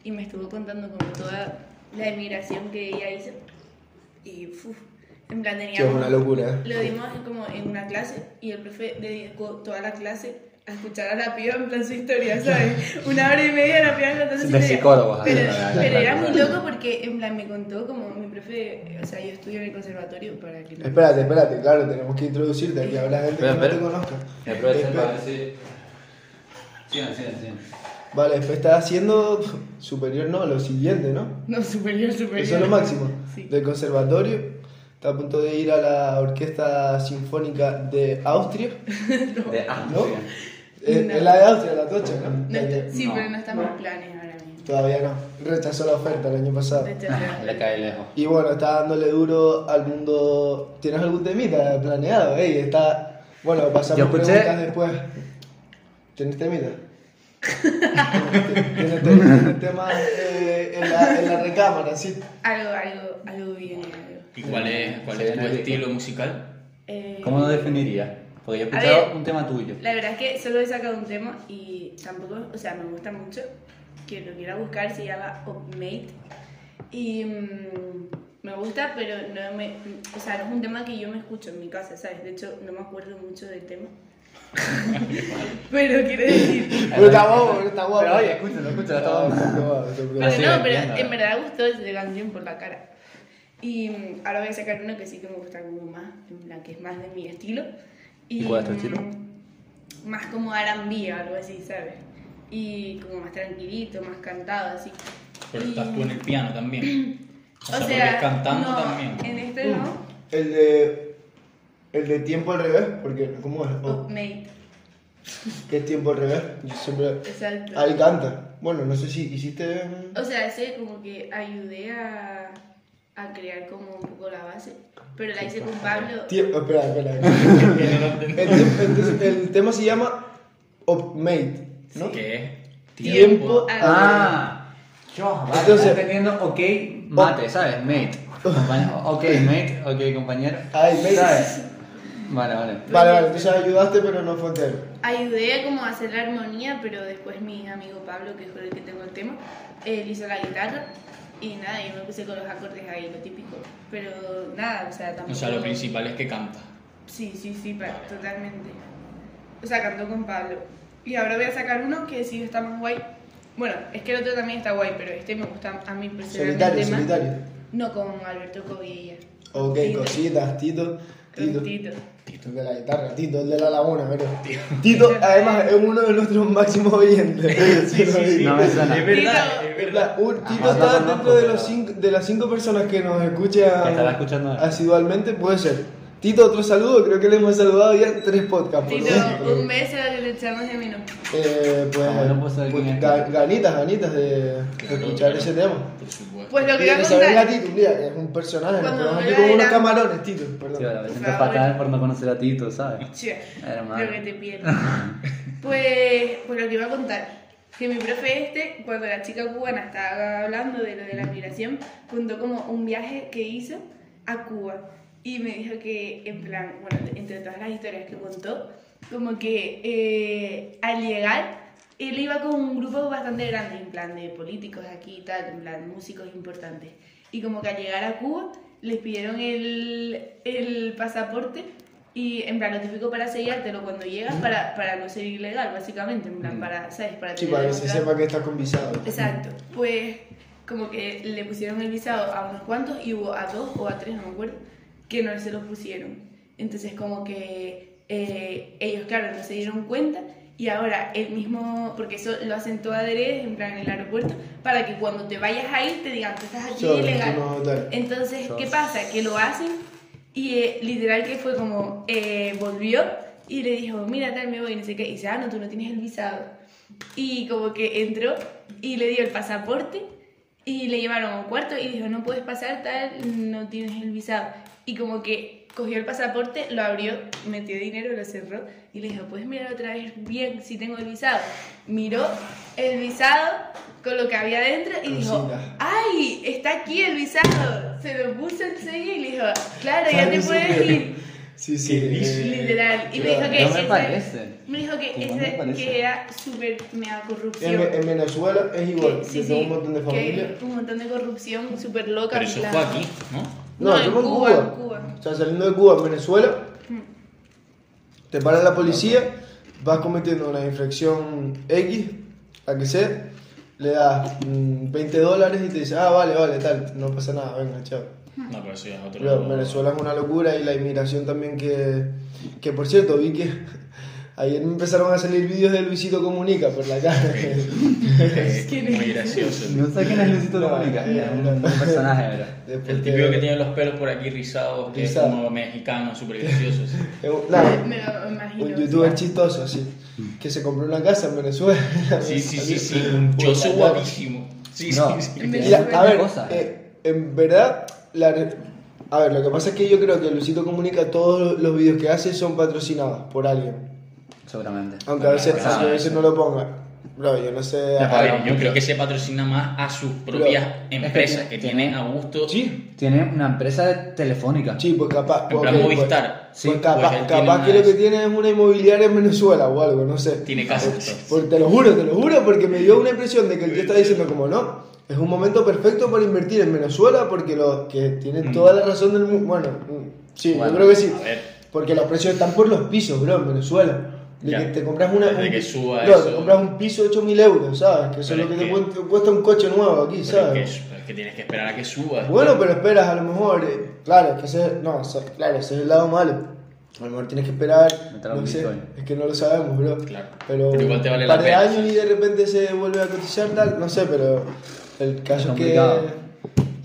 Speaker 5: y me estuvo contando como toda la emigración que ella hizo. Y uf, en plan
Speaker 4: Sí, es una
Speaker 5: teníamos...
Speaker 4: locura. ¿eh?
Speaker 5: Lo dimos como en una clase y el profe dedicó toda la clase a escuchar a la piba en plan su historia, ¿sabes? Una hora y media la piba contando su
Speaker 2: De
Speaker 5: historia.
Speaker 2: psicólogos,
Speaker 5: Pero,
Speaker 2: así, la- la-
Speaker 5: pero
Speaker 2: la-
Speaker 5: era
Speaker 2: la-
Speaker 5: muy loco porque en plan me contó como mi profe, o sea, yo estudio en el conservatorio para que... no-
Speaker 4: Espérate, espérate, claro, tenemos que introducirte, aquí habrá gente
Speaker 2: Espera,
Speaker 4: que no te
Speaker 2: espera.
Speaker 4: conozca.
Speaker 2: Me aprovecho
Speaker 4: Espera.
Speaker 2: para ver si. Sigan, sigan, sigan.
Speaker 4: Vale, después estás haciendo superior, no, lo siguiente, ¿no?
Speaker 5: No, superior, superior.
Speaker 4: Eso es lo máximo.
Speaker 5: Sí.
Speaker 4: Del conservatorio, está a punto de ir a la Orquesta Sinfónica de Austria.
Speaker 2: De ah,
Speaker 4: ¿No?
Speaker 2: sigan.
Speaker 4: Es,
Speaker 5: No.
Speaker 4: es la de Austria, la tocha, ¿no?
Speaker 5: No está- sí,
Speaker 2: No.
Speaker 5: pero no estamos en planes ahora mismo.
Speaker 4: Todavía no, rechazó la oferta el año pasado.
Speaker 5: De teatro.
Speaker 2: Ah, Le cae lejos.
Speaker 4: Y bueno, está dándole duro al mundo. ¿Tienes algún temita planeado? Ey, está. Bueno,
Speaker 2: Yo
Speaker 4: pasamos
Speaker 2: escuché-
Speaker 4: preguntas después. ¿Tienes temita? ¿Tienes, te- tienes temas eh, en, la, en la recámara, sí?
Speaker 5: Algo, algo, algo bien, algo.
Speaker 3: ¿Y cuál es, cuál
Speaker 2: Sí,
Speaker 3: es tu
Speaker 2: genérico.
Speaker 3: estilo musical?
Speaker 5: Eh,
Speaker 2: ¿Cómo lo definirías? Porque yo he
Speaker 5: A
Speaker 2: escuchado
Speaker 5: ver.
Speaker 2: un tema tuyo.
Speaker 5: La verdad es que solo he sacado un tema y tampoco, o sea, me gusta mucho. Quien lo quiera buscar se llama Opmate. Y mm, me gusta, pero no me. O sea, no es un tema que yo me escucho en mi casa, ¿sabes? De hecho, no me acuerdo mucho del tema. pero quiero decir.
Speaker 4: Pero está guapo, pero está guapo.
Speaker 2: Pero oye, escúchalo, escúchalo, está guapo.
Speaker 4: Está guapo, está guapo.
Speaker 5: Pero
Speaker 2: sigue
Speaker 5: no, pero
Speaker 2: viendo.
Speaker 5: en verdad gustó esa canción por la cara. Y mm, ahora voy a sacar uno que sí que me gusta como más, en plan, que es más de mi estilo.
Speaker 2: ¿Y cuál es tu estilo?
Speaker 5: mm, Más como R&B o algo así, ¿sabes? Y como más tranquilito, más cantado, así.
Speaker 3: Pero
Speaker 5: Y-
Speaker 3: estás tú en el piano también. O sea,
Speaker 5: o
Speaker 3: porque
Speaker 5: sea,
Speaker 3: cantando
Speaker 5: no,
Speaker 3: también.
Speaker 5: en este no,
Speaker 4: El de. El de tiempo al revés, porque. ¿Cómo es? Oh,
Speaker 5: Mate,
Speaker 4: ¿Qué es tiempo al revés? Yo siempre.
Speaker 5: exacto.
Speaker 4: Ahí canta. Bueno, no sé si hiciste. mm,
Speaker 5: O sea, ese como que ayudé a, a crear como un poco la base, pero la hice con Pablo.
Speaker 4: oh, Tiempo, espera, espera. el, tem- el- el tema se llama of Mate, ¿no?
Speaker 3: Que es
Speaker 4: Tiempo.
Speaker 2: Ah, yo, vale,
Speaker 4: Entonces-
Speaker 2: Entonces, entendiendo, ok, mate, ¿sabes? Mate. Compañero, ok, mate, ok, compañero.
Speaker 4: Ay, mate.
Speaker 2: ¿Sabes? Vale, vale.
Speaker 4: Vale, vale, entonces ayudaste, pero no fue entero.
Speaker 5: Ayudé como a hacer la armonía, pero después mi amigo Pablo, que es con el que tengo el tema, él hizo la guitarra y nada, yo me puse con los acordes ahí, lo típico. Pero nada, o sea, tampoco...
Speaker 3: O sea, lo principal es que canta.
Speaker 5: Sí, sí, sí, pa- totalmente. O sea, cantó con Pablo. Y ahora voy a sacar uno que sí está más guay. Bueno, es que el otro también está guay, pero este me gusta a mí personalmente
Speaker 4: Solitario,
Speaker 5: más.
Speaker 4: solitario.
Speaker 5: No, con Alberto Covilla.
Speaker 4: Ok,
Speaker 5: Tito.
Speaker 4: cositas, Tito. Tito.
Speaker 5: Con Tito.
Speaker 4: Tito el de la guitarra, Tito el de la laguna, pero. Tito, además, es uno de nuestros máximos oyentes. Se lo digo.
Speaker 2: No me suena.
Speaker 3: Es verdad, es
Speaker 5: Tito.
Speaker 4: Es
Speaker 3: verdad.
Speaker 4: verdad, un- Tito
Speaker 2: no
Speaker 4: está
Speaker 2: lo
Speaker 4: dentro de,
Speaker 2: conozco,
Speaker 4: los
Speaker 2: pero-
Speaker 4: cinco, de las cinco personas que nos
Speaker 2: Que
Speaker 4: escuchan
Speaker 2: estará escuchando ahora.
Speaker 4: asiduamente, puede ser. Tito, otro saludo, creo que le hemos saludado ya en tres podcasts.
Speaker 3: eh.
Speaker 4: por lo
Speaker 5: Tito,
Speaker 4: menos.
Speaker 5: un beso, le echamos de menos.
Speaker 4: Eh, pues,
Speaker 2: Ah, no puedo saber
Speaker 4: pues,
Speaker 2: quién es.
Speaker 4: ga- ganitas, ganitas de, de escuchar ese tema.
Speaker 3: Por supuesto.
Speaker 5: Pues lo que voy a
Speaker 4: Tienes que saber a
Speaker 5: contar...
Speaker 4: Tito un día, que es un personaje. Nos
Speaker 5: Cuando
Speaker 4: quedamos aquí
Speaker 5: vuelva
Speaker 4: como unos
Speaker 5: adelante.
Speaker 4: camarones, Tito, perdón.
Speaker 2: Sí, vale, me siento
Speaker 5: Ah,
Speaker 2: fatal
Speaker 5: bueno.
Speaker 2: por no conocer a Tito, ¿sabes?
Speaker 5: Che,
Speaker 2: Hermano.
Speaker 5: Lo que te pierdes. Pues, pues lo que iba a contar. Que mi profe este, cuando la chica cubana estaba hablando de lo de la migración, contó como un viaje que hizo a Cuba. Y me dijo que, en plan, bueno, entre todas las historias que contó, como que eh, al llegar, él iba con un grupo bastante grande, en plan de políticos aquí y tal, en plan músicos importantes. Y como que al llegar a Cuba, les pidieron el, el pasaporte y en plan lo típico para sellártelo cuando llegas para, para no ser ilegal, básicamente, en plan para, ¿sabes? Para
Speaker 4: Sí,
Speaker 5: tener
Speaker 4: para que
Speaker 5: un
Speaker 4: se
Speaker 5: plan.
Speaker 4: sepa que estás con visado.
Speaker 5: Exacto. Pues como que le pusieron el visado a unos cuantos y hubo a dos o a tres, no me acuerdo, que no se los pusieron. Entonces como que eh, ellos, claro, no se dieron cuenta y ahora el mismo, porque eso lo hacen todo adrede, en plan en el aeropuerto, para que cuando te vayas a ir te digan, tú estás aquí
Speaker 4: Sobre,
Speaker 5: ilegal.
Speaker 4: tú no, tal.
Speaker 5: Entonces, ¿qué
Speaker 2: Entonces-
Speaker 5: pasa? Que lo hacen y eh, literal que fue como, eh, volvió y le dijo, mira tal, me voy, no sé qué. Y dice, ah, no, tú no tienes el visado. Y como que entró y le dio el pasaporte y le llevaron a un cuarto y dijo, no puedes pasar tal, no tienes el visado. Y como que cogió el pasaporte, lo abrió, metió dinero, lo cerró y le dijo, puedes mirar otra vez bien si tengo el visado. Miró el visado con lo que había dentro y dijo,
Speaker 4: Cosita.
Speaker 5: ¡ay! Está aquí el visado. Se lo puso el sello y le dijo, claro, ya
Speaker 4: Claro,
Speaker 5: te
Speaker 4: sí.
Speaker 5: puedes ir.
Speaker 4: Sí, sí.
Speaker 3: ¿Qué
Speaker 4: eh,
Speaker 3: dice?
Speaker 5: Literal. Y me
Speaker 4: claro.
Speaker 5: dijo que
Speaker 2: No me
Speaker 5: ese-
Speaker 2: parece.
Speaker 5: me dijo que,
Speaker 2: Que no
Speaker 5: ese-
Speaker 2: me parece.
Speaker 5: que era súper mega corrupción.
Speaker 4: En, en Venezuela es igual,
Speaker 5: Que- sí,
Speaker 4: yo tengo
Speaker 5: sí,
Speaker 4: un montón de
Speaker 5: que
Speaker 4: familia.
Speaker 5: un montón de corrupción súper loca.
Speaker 3: Pero
Speaker 5: en
Speaker 3: eso
Speaker 5: plan-
Speaker 3: fue aquí, ¿no?
Speaker 5: No, en
Speaker 4: como
Speaker 5: Cuba, en Cuba.
Speaker 4: O sea, saliendo de Cuba en Venezuela, te para la policía, vas cometiendo una infracción X, a que sea, le das mm, 20 dólares y te dice, ah, vale, vale, tal, no pasa nada, venga, chao.
Speaker 3: No, pero eso ya es otro.
Speaker 4: Pero Venezuela es una locura y la inmigración también que, que por cierto, vi que ayer me empezaron a salir vídeos de Luisito Comunica por la calle.
Speaker 3: Es muy gracioso.
Speaker 2: No sé quién es Luisito
Speaker 4: No,
Speaker 2: Comunica.
Speaker 4: eh,
Speaker 2: Es un
Speaker 4: no.
Speaker 2: un personaje, ¿verdad?
Speaker 4: Después
Speaker 3: El
Speaker 4: te-
Speaker 3: típico que tiene los pelos por aquí rizados, que
Speaker 4: Este- Rizado.
Speaker 3: es como mexicano, súper gracioso. sí.
Speaker 4: es un- nada,
Speaker 5: Me lo imagino.
Speaker 4: Un youtuber chistoso, así. Que se compró una casa en Venezuela.
Speaker 3: Sí, sí, sí, sí.
Speaker 4: Por
Speaker 3: Yo
Speaker 4: la
Speaker 3: soy
Speaker 4: cara.
Speaker 3: guapísimo. Sí, sí,
Speaker 2: No.
Speaker 3: sí.
Speaker 5: En
Speaker 4: Y la- a ver,
Speaker 2: Cosa.
Speaker 4: eh, en verdad, la re- a ver, lo que pasa es que yo creo que Luisito Comunica todos los vídeos que hace son patrocinados por alguien.
Speaker 2: Seguramente.
Speaker 4: Aunque a veces,
Speaker 2: Ah,
Speaker 4: aunque a veces no lo ponga. Bro, yo no sé. ah,
Speaker 3: No, a ver,
Speaker 2: Pero-
Speaker 3: yo creo que se patrocina más a sus propias
Speaker 2: es que
Speaker 3: empresas que
Speaker 2: tiene-
Speaker 3: tienen a gusto.
Speaker 2: Sí, tiene una empresa de- telefónica.
Speaker 4: Sí, pues capaz.
Speaker 3: En plan
Speaker 4: ok,
Speaker 3: Movistar.
Speaker 4: pues-
Speaker 2: Sí,
Speaker 4: pues capaz,
Speaker 3: pues él tiene
Speaker 4: capaz
Speaker 3: una
Speaker 4: que lo
Speaker 3: de
Speaker 4: que
Speaker 3: esas.
Speaker 4: tiene es una inmobiliaria en Venezuela o algo, no sé.
Speaker 3: Tiene casas.
Speaker 4: Por- te lo juro, te lo juro, porque me dio una impresión de que el tío está diciendo como no. Es un momento perfecto para invertir en Venezuela porque los que tienen toda la razón del mundo. Bueno, mm, sí,
Speaker 2: Bueno,
Speaker 4: yo creo que sí.
Speaker 3: Mm. a ver.
Speaker 4: Porque los precios están por los pisos, bro, en Venezuela. De
Speaker 3: Ya.
Speaker 4: que te compras una.
Speaker 3: Desde
Speaker 4: un-
Speaker 3: que suba
Speaker 4: bro,
Speaker 3: eso.
Speaker 4: te compras un piso de 8.000 euros, ¿sabes? Que eso
Speaker 3: Pero
Speaker 4: es lo
Speaker 3: es
Speaker 4: que, te
Speaker 3: que-
Speaker 4: cu- te cuesta un coche nuevo
Speaker 3: Pero
Speaker 4: aquí,
Speaker 3: es
Speaker 4: ¿sabes?
Speaker 3: que, es- pero es que tienes que esperar a que suba.
Speaker 4: Bueno, pero esperas a lo mejor, eh, claro, que ese, no, eso- claro, ese es el lado malo. A lo mejor tienes que esperar,
Speaker 2: Meter un
Speaker 4: no sé,
Speaker 2: Bitcoin.
Speaker 4: es que no lo sabemos, bro.
Speaker 3: Claro.
Speaker 4: Pero,
Speaker 3: Pero igual te vale
Speaker 4: un
Speaker 3: la
Speaker 4: par de
Speaker 3: pena.
Speaker 4: años y de repente se vuelve a cotizar tal, no sé, pero el caso es que
Speaker 2: complicado.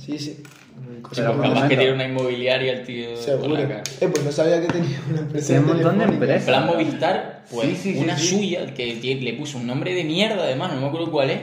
Speaker 4: sí, sí.
Speaker 3: Sí,
Speaker 2: Pero
Speaker 3: pues,
Speaker 2: un
Speaker 3: capaz que
Speaker 2: momento.
Speaker 3: tiene una inmobiliaria el tío.
Speaker 4: seguro.
Speaker 3: por acá.
Speaker 4: Eh, pues no sabía que tenía una empresa.
Speaker 2: Tiene un montón de
Speaker 4: telefónica.
Speaker 2: empresas.
Speaker 3: En plan Movistar, pues
Speaker 2: Sí, sí, sí,
Speaker 3: una
Speaker 2: sí.
Speaker 3: suya que tie- le puso un nombre de mierda, además, no me acuerdo cuál es.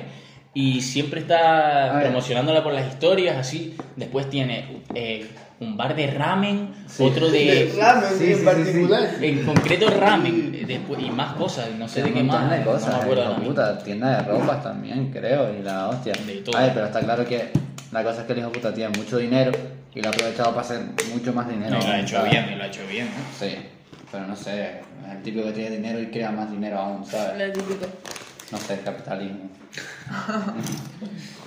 Speaker 3: Y siempre está
Speaker 2: ver.
Speaker 3: promocionándola por las historias, así. Después tiene eh, un bar de ramen,
Speaker 2: Sí.
Speaker 3: otro de...
Speaker 4: Ramen
Speaker 2: Sí, sí, sí,
Speaker 4: en particular.
Speaker 3: En concreto ramen eh, después, y más cosas, no sé de qué
Speaker 2: un montón
Speaker 3: más.
Speaker 2: de cosas, eh,
Speaker 3: no me acuerdo
Speaker 2: hijo
Speaker 3: ahora mismo.
Speaker 2: puta, tienda de ropas también, creo, y la hostia.
Speaker 3: De todo.
Speaker 2: A ver, pero está claro que la cosa es que el hijo puta tiene mucho dinero y lo ha aprovechado para hacer mucho más dinero.
Speaker 3: No, lo ha hecho
Speaker 2: ¿sabes?
Speaker 3: bien, lo ha hecho bien. ¿no?
Speaker 2: Sí, pero no sé, es el tipo que tiene dinero y crea más dinero aún, ¿sabes?
Speaker 5: Lo típico.
Speaker 2: No sé, capitalismo.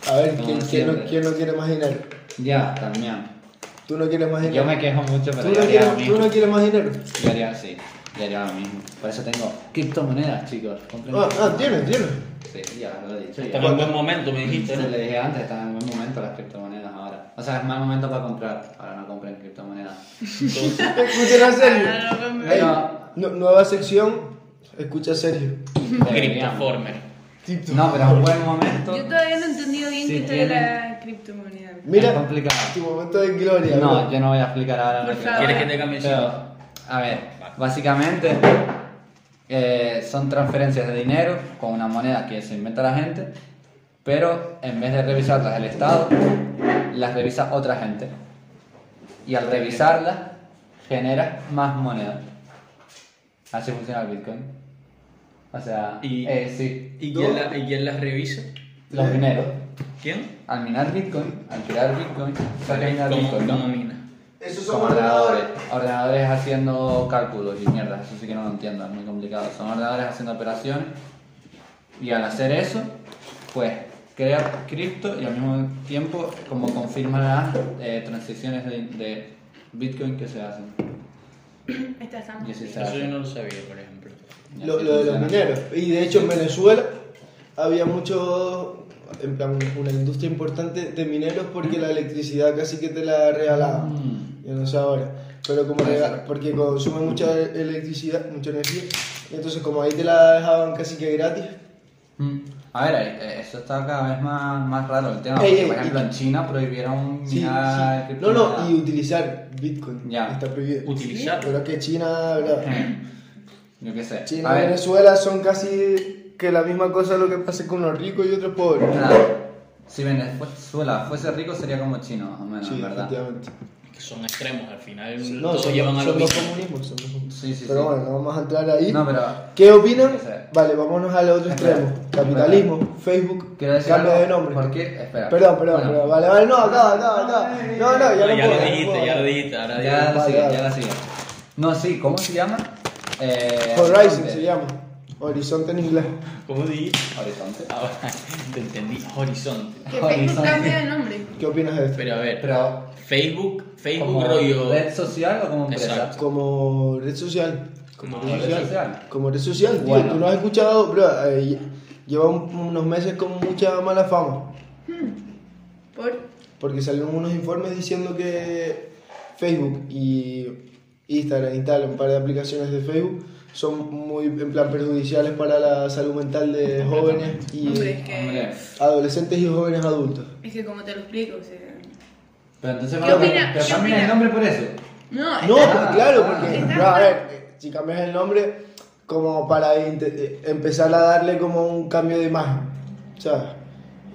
Speaker 4: A ver,
Speaker 2: Como
Speaker 4: ¿quién, quién no,
Speaker 2: siempre.
Speaker 4: quién no quiere más dinero?
Speaker 2: Ya, también.
Speaker 4: ¿Tú no quieres más
Speaker 2: Yo
Speaker 4: dinero?
Speaker 2: me quejo mucho, pero
Speaker 4: ¿Tú
Speaker 2: yo haría
Speaker 4: no,
Speaker 2: lo
Speaker 4: quieres, tú
Speaker 2: mismo.
Speaker 4: no quieres más dinero?
Speaker 2: Yo haría así, yo haría lo mismo. Por eso tengo criptomonedas, chicos. compren-
Speaker 4: Ah, ah, tienes, tienes.
Speaker 2: Sí, ya lo he dicho. ya.
Speaker 3: Estaba en buen momento, me dijiste,
Speaker 2: Se
Speaker 3: ¿no?
Speaker 2: le dije antes, están en buen momento las criptomonedas ahora. O sea, es mal momento para comprar. Ahora no compren criptomonedas.
Speaker 4: Escuchen a Sergio.
Speaker 5: Ahora Ah, no,
Speaker 4: Ey,
Speaker 2: Pero-
Speaker 4: nu- nueva sección, escucha a Sergio.
Speaker 2: Deberían.
Speaker 3: Cryptoformer.
Speaker 2: No, pero es un buen momento.
Speaker 5: Yo todavía no he entendido bien
Speaker 2: Sí,
Speaker 5: qué esto de
Speaker 2: tienen-
Speaker 5: la criptomoneda.
Speaker 4: Mira.
Speaker 2: Es complicado.
Speaker 4: Tu momento de gloria.
Speaker 2: No,
Speaker 4: bro.
Speaker 2: yo no voy a explicar ahora lo
Speaker 5: Por
Speaker 2: que-
Speaker 5: favor.
Speaker 3: ¿Quieres que te cambie el
Speaker 2: Pero,
Speaker 3: sitio?
Speaker 2: a ver, básicamente eh, son transferencias de dinero con una moneda que se inventa la gente, pero en vez de revisarlas el Estado, las revisa otra gente. Y al revisarlas, genera más moneda. Así funciona el Bitcoin. O sea,
Speaker 3: Y-
Speaker 2: eh, sí,
Speaker 3: ¿Y quién, la- y quién las revisa?
Speaker 2: los mineros.
Speaker 3: ¿Quién?
Speaker 2: Al minar Bitcoin, al crear Bitcoin, o sea, que minar
Speaker 3: ¿Cómo-
Speaker 2: Bitcoin, ¿no?
Speaker 3: cómo mina?
Speaker 4: Esos
Speaker 2: Son ordenadores. Ordenadores haciendo cálculos y mierdas, eso sí que no lo entiendo, es muy complicado. Son ordenadores haciendo operaciones y al hacer eso, pues crea cripto y al mismo tiempo como confirma las eh, transiciones de, de Bitcoin que se hacen.
Speaker 5: Esta es
Speaker 2: Y así se
Speaker 3: Eso yo
Speaker 2: hace.
Speaker 3: no lo sabía, por ejemplo.
Speaker 2: Y
Speaker 4: Lo,
Speaker 2: así
Speaker 4: lo de los
Speaker 2: funciona.
Speaker 4: mineros. Y de hecho en Venezuela había mucho, en plan, una industria importante de mineros porque la electricidad casi que te la regalaban.
Speaker 2: Mm.
Speaker 4: Yo no sé ahora. Pero como regal- porque consumen mucha electricidad, mucha energía. y entonces como ahí te la dejaban casi que gratis.
Speaker 2: Mm. A ver, eh, eso está cada vez más, más raro el tema.
Speaker 4: Ey,
Speaker 2: porque,
Speaker 4: ey,
Speaker 2: por ejemplo,
Speaker 4: y-
Speaker 2: en China prohibieron
Speaker 4: Sí,
Speaker 2: minar
Speaker 4: sí. No,
Speaker 2: criptomonedas.
Speaker 4: no, y utilizar Bitcoin.
Speaker 2: Ya.
Speaker 4: Está prohibido.
Speaker 3: Utilizar.
Speaker 4: Pero es que China, bla,
Speaker 2: Yo qué sé.
Speaker 4: China
Speaker 2: A
Speaker 4: y
Speaker 2: ver,
Speaker 4: Venezuela son casi que la misma cosa lo que pasa con los ricos y otros pobres.
Speaker 2: Nada. Si Venezuela fuese rico sería como chino, más o menos,
Speaker 4: Sí,
Speaker 2: en ¿verdad?
Speaker 4: efectivamente.
Speaker 3: Es que son extremos, al final
Speaker 4: No,
Speaker 3: todos
Speaker 4: son,
Speaker 3: llevan a lo
Speaker 4: son los
Speaker 3: mismo.
Speaker 4: comunismos. Son los comunismos.
Speaker 2: Sí, sí,
Speaker 4: pero
Speaker 2: sí.
Speaker 4: bueno, no vamos a entrar ahí.
Speaker 2: No, pero
Speaker 4: ¿Qué opinan?
Speaker 2: Tiene que ser.
Speaker 4: Vale, vámonos al otro
Speaker 2: Espera,
Speaker 4: extremo.
Speaker 2: espera.
Speaker 4: Capitalismo, Facebook,
Speaker 2: quiero decir
Speaker 4: cambio
Speaker 2: algo,
Speaker 4: de nombre.
Speaker 2: ¿Por qué? Espera.
Speaker 4: Perdón, perdón,
Speaker 2: Bueno,
Speaker 4: perdón. Vale, vale, no, acá, acá, acá. No,
Speaker 3: No,
Speaker 4: no, ya no
Speaker 3: Ah, ya
Speaker 4: puedo,
Speaker 3: lo
Speaker 4: no
Speaker 3: dijiste,
Speaker 4: puedo.
Speaker 3: ya lo dijiste, ahora
Speaker 2: Ya
Speaker 3: ya.
Speaker 2: la
Speaker 4: Vale,
Speaker 2: sigue,
Speaker 4: vale.
Speaker 2: ya la sigue. No, sí, ¿cómo se llama? Eh,
Speaker 4: Horizon
Speaker 2: Horizonte.
Speaker 4: se llama. Horizonte en inglés.
Speaker 3: ¿Cómo dijiste?
Speaker 2: Horizonte.
Speaker 3: Ahora te entendí, horizonte.
Speaker 5: Que
Speaker 2: Horizonte.
Speaker 5: Facebook cambia de nombre.
Speaker 4: ¿Qué opinas de esto?
Speaker 3: Pero a ver,
Speaker 2: Pero,
Speaker 3: Facebook, Facebook
Speaker 2: ¿como
Speaker 3: rollo.
Speaker 2: red social o como empresa?
Speaker 3: Exacto.
Speaker 4: Como red social.
Speaker 3: Como
Speaker 2: Como red social.
Speaker 4: Como red social, tío.
Speaker 2: Bueno.
Speaker 4: Tú no has escuchado, bro. eh, lleva un- unos meses con mucha mala fama.
Speaker 5: Por.
Speaker 4: Porque salieron unos informes diciendo que Facebook y Instagram y tal, un par de aplicaciones de Facebook, son muy, en plan, perjudiciales para la salud mental de jóvenes y
Speaker 5: Hombre, es
Speaker 2: Hombre,
Speaker 5: que.
Speaker 4: adolescentes y jóvenes adultos.
Speaker 5: Es que como te lo explico, o sea.
Speaker 2: pero entonces
Speaker 5: ¿Qué
Speaker 2: vamos a-
Speaker 5: opina-
Speaker 2: pero
Speaker 5: qué
Speaker 2: cambian
Speaker 5: opina?
Speaker 2: el nombre por eso.
Speaker 5: No,
Speaker 4: No,
Speaker 5: está-
Speaker 4: porque claro, porque,
Speaker 5: Está-
Speaker 4: bro, a ver, eh, si cambias el nombre, como para inte- eh, empezar a darle como un cambio de imagen, ¿sabes?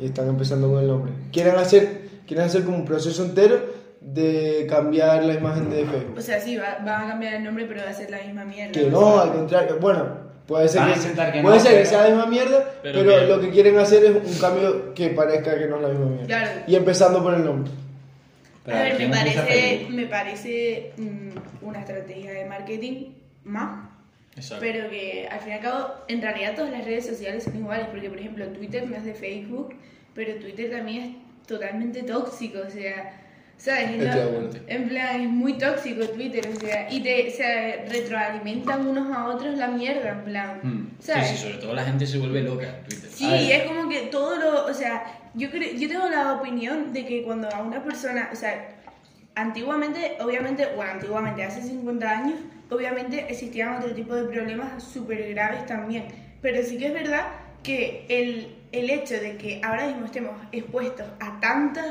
Speaker 4: Y están empezando con el nombre. Quieren hacer, quieren hacer como un proceso entero de cambiar la imagen de Facebook.
Speaker 5: O sea, sí, va, van a cambiar el nombre, pero va a ser la misma mierda.
Speaker 4: Que no, al contrario. Bueno, puede ser,
Speaker 2: Van a intentar
Speaker 4: que,
Speaker 2: que
Speaker 4: puede
Speaker 2: no,
Speaker 4: ser que
Speaker 2: pero-
Speaker 4: sea la misma mierda,
Speaker 3: pero
Speaker 4: pero,
Speaker 3: que-
Speaker 4: lo que quieren hacer es un cambio que parezca que no es la misma mierda.
Speaker 5: Claro.
Speaker 4: Y empezando por el nombre.
Speaker 2: Pero
Speaker 5: a ver, me
Speaker 2: ¿quién utiliza
Speaker 5: parece,
Speaker 2: Facebook?
Speaker 5: me parece mm, una estrategia de marketing más,
Speaker 3: Exacto.
Speaker 5: pero que al fin y al cabo, en realidad todas las redes sociales son iguales, porque por ejemplo Twitter no es de Facebook, pero Twitter también es totalmente tóxico, o sea, ¿sabes?
Speaker 4: Es
Speaker 5: No-
Speaker 4: clavante.
Speaker 5: en plan, es muy tóxico Twitter, o sea, y te se retroalimentan unos a otros la mierda, en plan,
Speaker 2: Mm.
Speaker 5: ¿sabes?
Speaker 3: Sí, sí, sobre todo la gente se vuelve loca en Twitter.
Speaker 2: A
Speaker 5: Sí,
Speaker 2: ver.
Speaker 5: es como que todo lo, o sea, yo creo, yo tengo la opinión de que cuando a una persona, o sea, antiguamente, obviamente, bueno, antiguamente, hace 50 años, obviamente existían otro tipo de problemas súper graves también, pero sí que es verdad que el, el hecho de que ahora mismo estemos expuestos a tantas,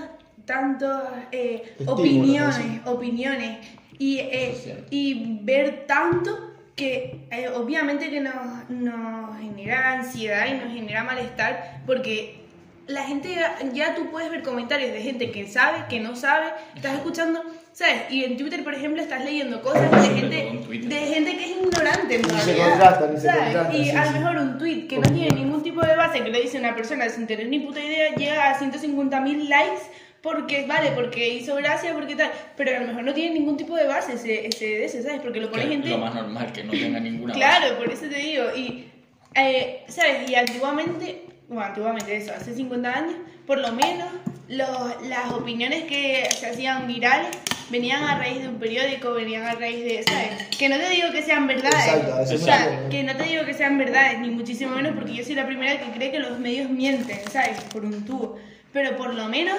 Speaker 5: tantas eh,
Speaker 4: Estímulos, así.
Speaker 5: opiniones, opiniones, y, eh,
Speaker 2: Eso es cierto.
Speaker 5: y ver tanto que eh, obviamente que nos, nos genera ansiedad y nos genera malestar porque la gente ya, ya tú puedes ver comentarios de gente que sabe, que no sabe, estás escuchando, ¿sabes? Y en Twitter, por ejemplo, estás leyendo cosas
Speaker 3: Sobre
Speaker 5: de
Speaker 3: todo en
Speaker 5: gente,
Speaker 3: Twitter.
Speaker 5: de gente que es ignorante en
Speaker 4: Ni se
Speaker 5: realidad,
Speaker 4: contrastan, ni se
Speaker 5: ¿sabes?
Speaker 4: contrastan,
Speaker 5: Y
Speaker 4: sí,
Speaker 5: a lo
Speaker 4: sí.
Speaker 5: mejor un tweet que no tiene ningún tipo de base, que lo dice una persona sin tener ni puta idea, llega a 150.000 likes porque, vale, porque hizo gracia, porque tal, pero a lo mejor no tiene ningún tipo de base ese, ese, de ese, ¿sabes? Porque lo pone
Speaker 3: Que
Speaker 5: gente...
Speaker 3: Lo más normal, que no tenga ninguna.
Speaker 5: Claro, por eso te digo. Y, eh, ¿sabes? Y antiguamente, bueno, antiguamente eso, hace 50 años, por lo menos, los, las opiniones que se hacían virales venían a raíz de un periódico, venían a raíz de, ¿sabes? Que no te digo que sean verdades.
Speaker 4: Exacto, a veces
Speaker 5: o
Speaker 3: no
Speaker 5: sea,
Speaker 4: se puede.
Speaker 5: que no te digo que sean verdades, ni muchísimo menos, porque yo soy la primera que cree que los medios mienten, ¿sabes? Por un tubo. Pero por lo menos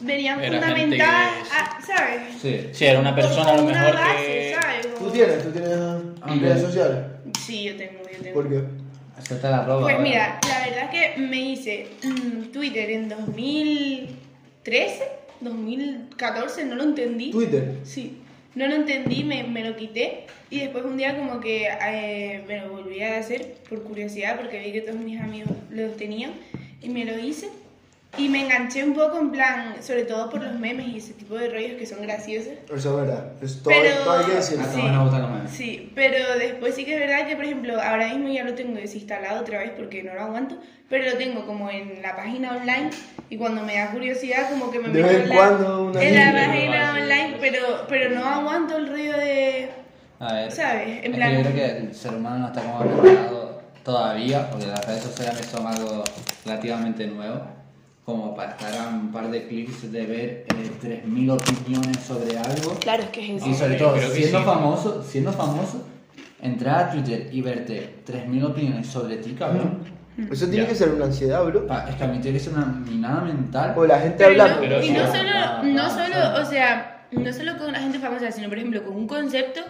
Speaker 5: venían
Speaker 3: Era gente
Speaker 5: fundamentadas,
Speaker 3: que-
Speaker 5: a- ¿sabes?
Speaker 2: Sí.
Speaker 3: Sí, era una persona a
Speaker 5: Con
Speaker 3: lo
Speaker 5: una
Speaker 3: mejor
Speaker 5: base,
Speaker 3: que.
Speaker 5: ¿sabes? O-
Speaker 4: ¿Tú tienes? ¿Tú tienes
Speaker 2: Ah,
Speaker 4: redes
Speaker 2: ok.
Speaker 4: sociales?
Speaker 5: Sí, yo tengo, yo tengo.
Speaker 4: ¿Por qué?
Speaker 2: Acepta la roba.
Speaker 5: Pues
Speaker 2: ahora.
Speaker 5: mira, la verdad es que me hice mm, Twitter en 2013, 2014, no lo entendí.
Speaker 4: Twitter.
Speaker 5: Sí, no lo entendí, me, me lo quité y después un día como que eh, me lo volví a hacer por curiosidad porque vi que todos mis amigos los tenían y me lo hice y me enganché un poco en plan, sobre todo por los memes y ese tipo de rollos que son graciosos.
Speaker 4: Eso es verdad. Es todo,
Speaker 5: Pero-
Speaker 4: todo hay que
Speaker 2: A
Speaker 4: decirlo.
Speaker 2: todos
Speaker 5: sí.
Speaker 2: nos gustan los memes.
Speaker 5: Sí, pero después sí que es verdad que, por ejemplo, ahora mismo ya lo tengo desinstalado otra vez porque no lo aguanto, pero lo tengo como en la página online y cuando me da curiosidad como que me
Speaker 4: De
Speaker 5: meto
Speaker 4: vez en
Speaker 5: en la,
Speaker 4: cuando una
Speaker 5: en la
Speaker 3: libre,
Speaker 5: página
Speaker 3: ¿no?
Speaker 5: online, pero, pero no aguanto el ruido de...
Speaker 2: A ver.
Speaker 5: ¿Sabes? En
Speaker 2: es
Speaker 5: plan-
Speaker 2: que yo creo que el ser humano no está como preparado todavía, porque las redes sociales son algo relativamente nuevo, como para estar a un par de clics de ver eh, 3.000 opiniones sobre algo.
Speaker 5: Claro, es que es
Speaker 2: Y
Speaker 5: eso.
Speaker 2: sobre
Speaker 3: yo
Speaker 2: todo,
Speaker 3: creo que
Speaker 2: siendo
Speaker 3: sí.
Speaker 2: famoso, siendo famoso, entrar a Twitter y verte 3.000 opiniones sobre ti, cabrón.
Speaker 4: Eso tiene
Speaker 3: Ya.
Speaker 4: que ser una ansiedad, bro.
Speaker 2: Pa- Es que a mí tiene que ser una minada mental.
Speaker 4: O la gente
Speaker 5: Pero
Speaker 4: hablando.
Speaker 5: no-
Speaker 3: Pero
Speaker 5: y
Speaker 3: sí,
Speaker 5: no
Speaker 3: no,
Speaker 5: solo,
Speaker 2: no,
Speaker 5: no
Speaker 2: no,
Speaker 5: solo,
Speaker 2: no.
Speaker 5: o sea, no solo con la gente famosa, sino por ejemplo con un concepto,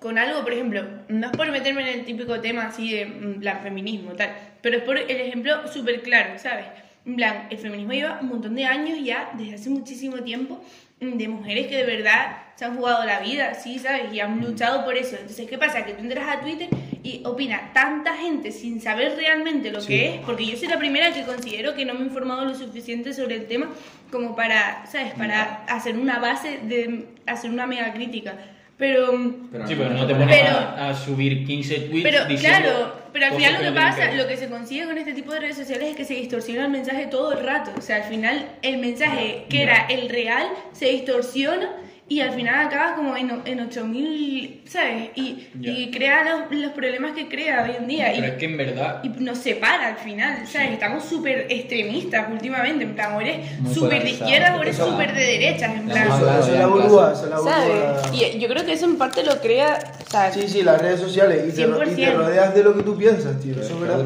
Speaker 5: con algo, por ejemplo, no es por meterme en el típico tema así de en plan feminismo tal, pero es por el ejemplo súper claro, ¿sabes? En plan, el feminismo lleva un montón de años ya, desde hace muchísimo tiempo, mm, de mujeres que de verdad se han jugado la vida, ¿sí? ¿Sabes? Y han luchado por eso. Entonces, ¿qué pasa? Que tú entras a Twitter y opina tanta gente sin saber realmente lo que es, porque yo soy la primera que considero que no me he informado lo suficiente sobre el tema como para, ¿sabes? Para hacer una base de hacer una mega crítica. Pero mm,
Speaker 3: Sí, pero no te
Speaker 2: pones-
Speaker 3: pones
Speaker 5: Pero-
Speaker 3: a, a subir 15 tweets
Speaker 5: pero
Speaker 3: diciendo
Speaker 5: claro, pero al
Speaker 3: cosas
Speaker 5: final lo que
Speaker 3: no tienen
Speaker 5: pasa,
Speaker 3: ver.
Speaker 5: lo que se consigue con este tipo de redes sociales es que se distorsiona el mensaje todo el rato. O sea, al final el mensaje que era el real se distorsiona y al final acaba como en, o- en 8000, ¿sabes? Y,
Speaker 3: Ya.
Speaker 5: y crea los, los problemas que crea hoy en día.
Speaker 3: Pero es
Speaker 5: Y,
Speaker 3: que en verdad.
Speaker 5: y nos separa al final, ¿sabes? Estamos súper extremistas últimamente, en plan, o eres
Speaker 2: Muy
Speaker 5: súper de
Speaker 2: polarizado.
Speaker 5: izquierdas o eres
Speaker 2: Eso-
Speaker 5: súper de derechas, en
Speaker 2: Eso-
Speaker 5: plan.
Speaker 4: Eso,
Speaker 2: Hablando
Speaker 4: eso es
Speaker 2: ya
Speaker 4: la
Speaker 2: en
Speaker 4: burbuja,
Speaker 2: clase.
Speaker 4: eso es la burbuja.
Speaker 5: ¿Sabes? Y yo creo que eso en parte lo crea, ¿sabes?
Speaker 4: Sí, sí, las redes sociales. Y te, ro- y te
Speaker 5: 100%.
Speaker 4: rodeas de lo que tú piensas, tío. Eso es verdad.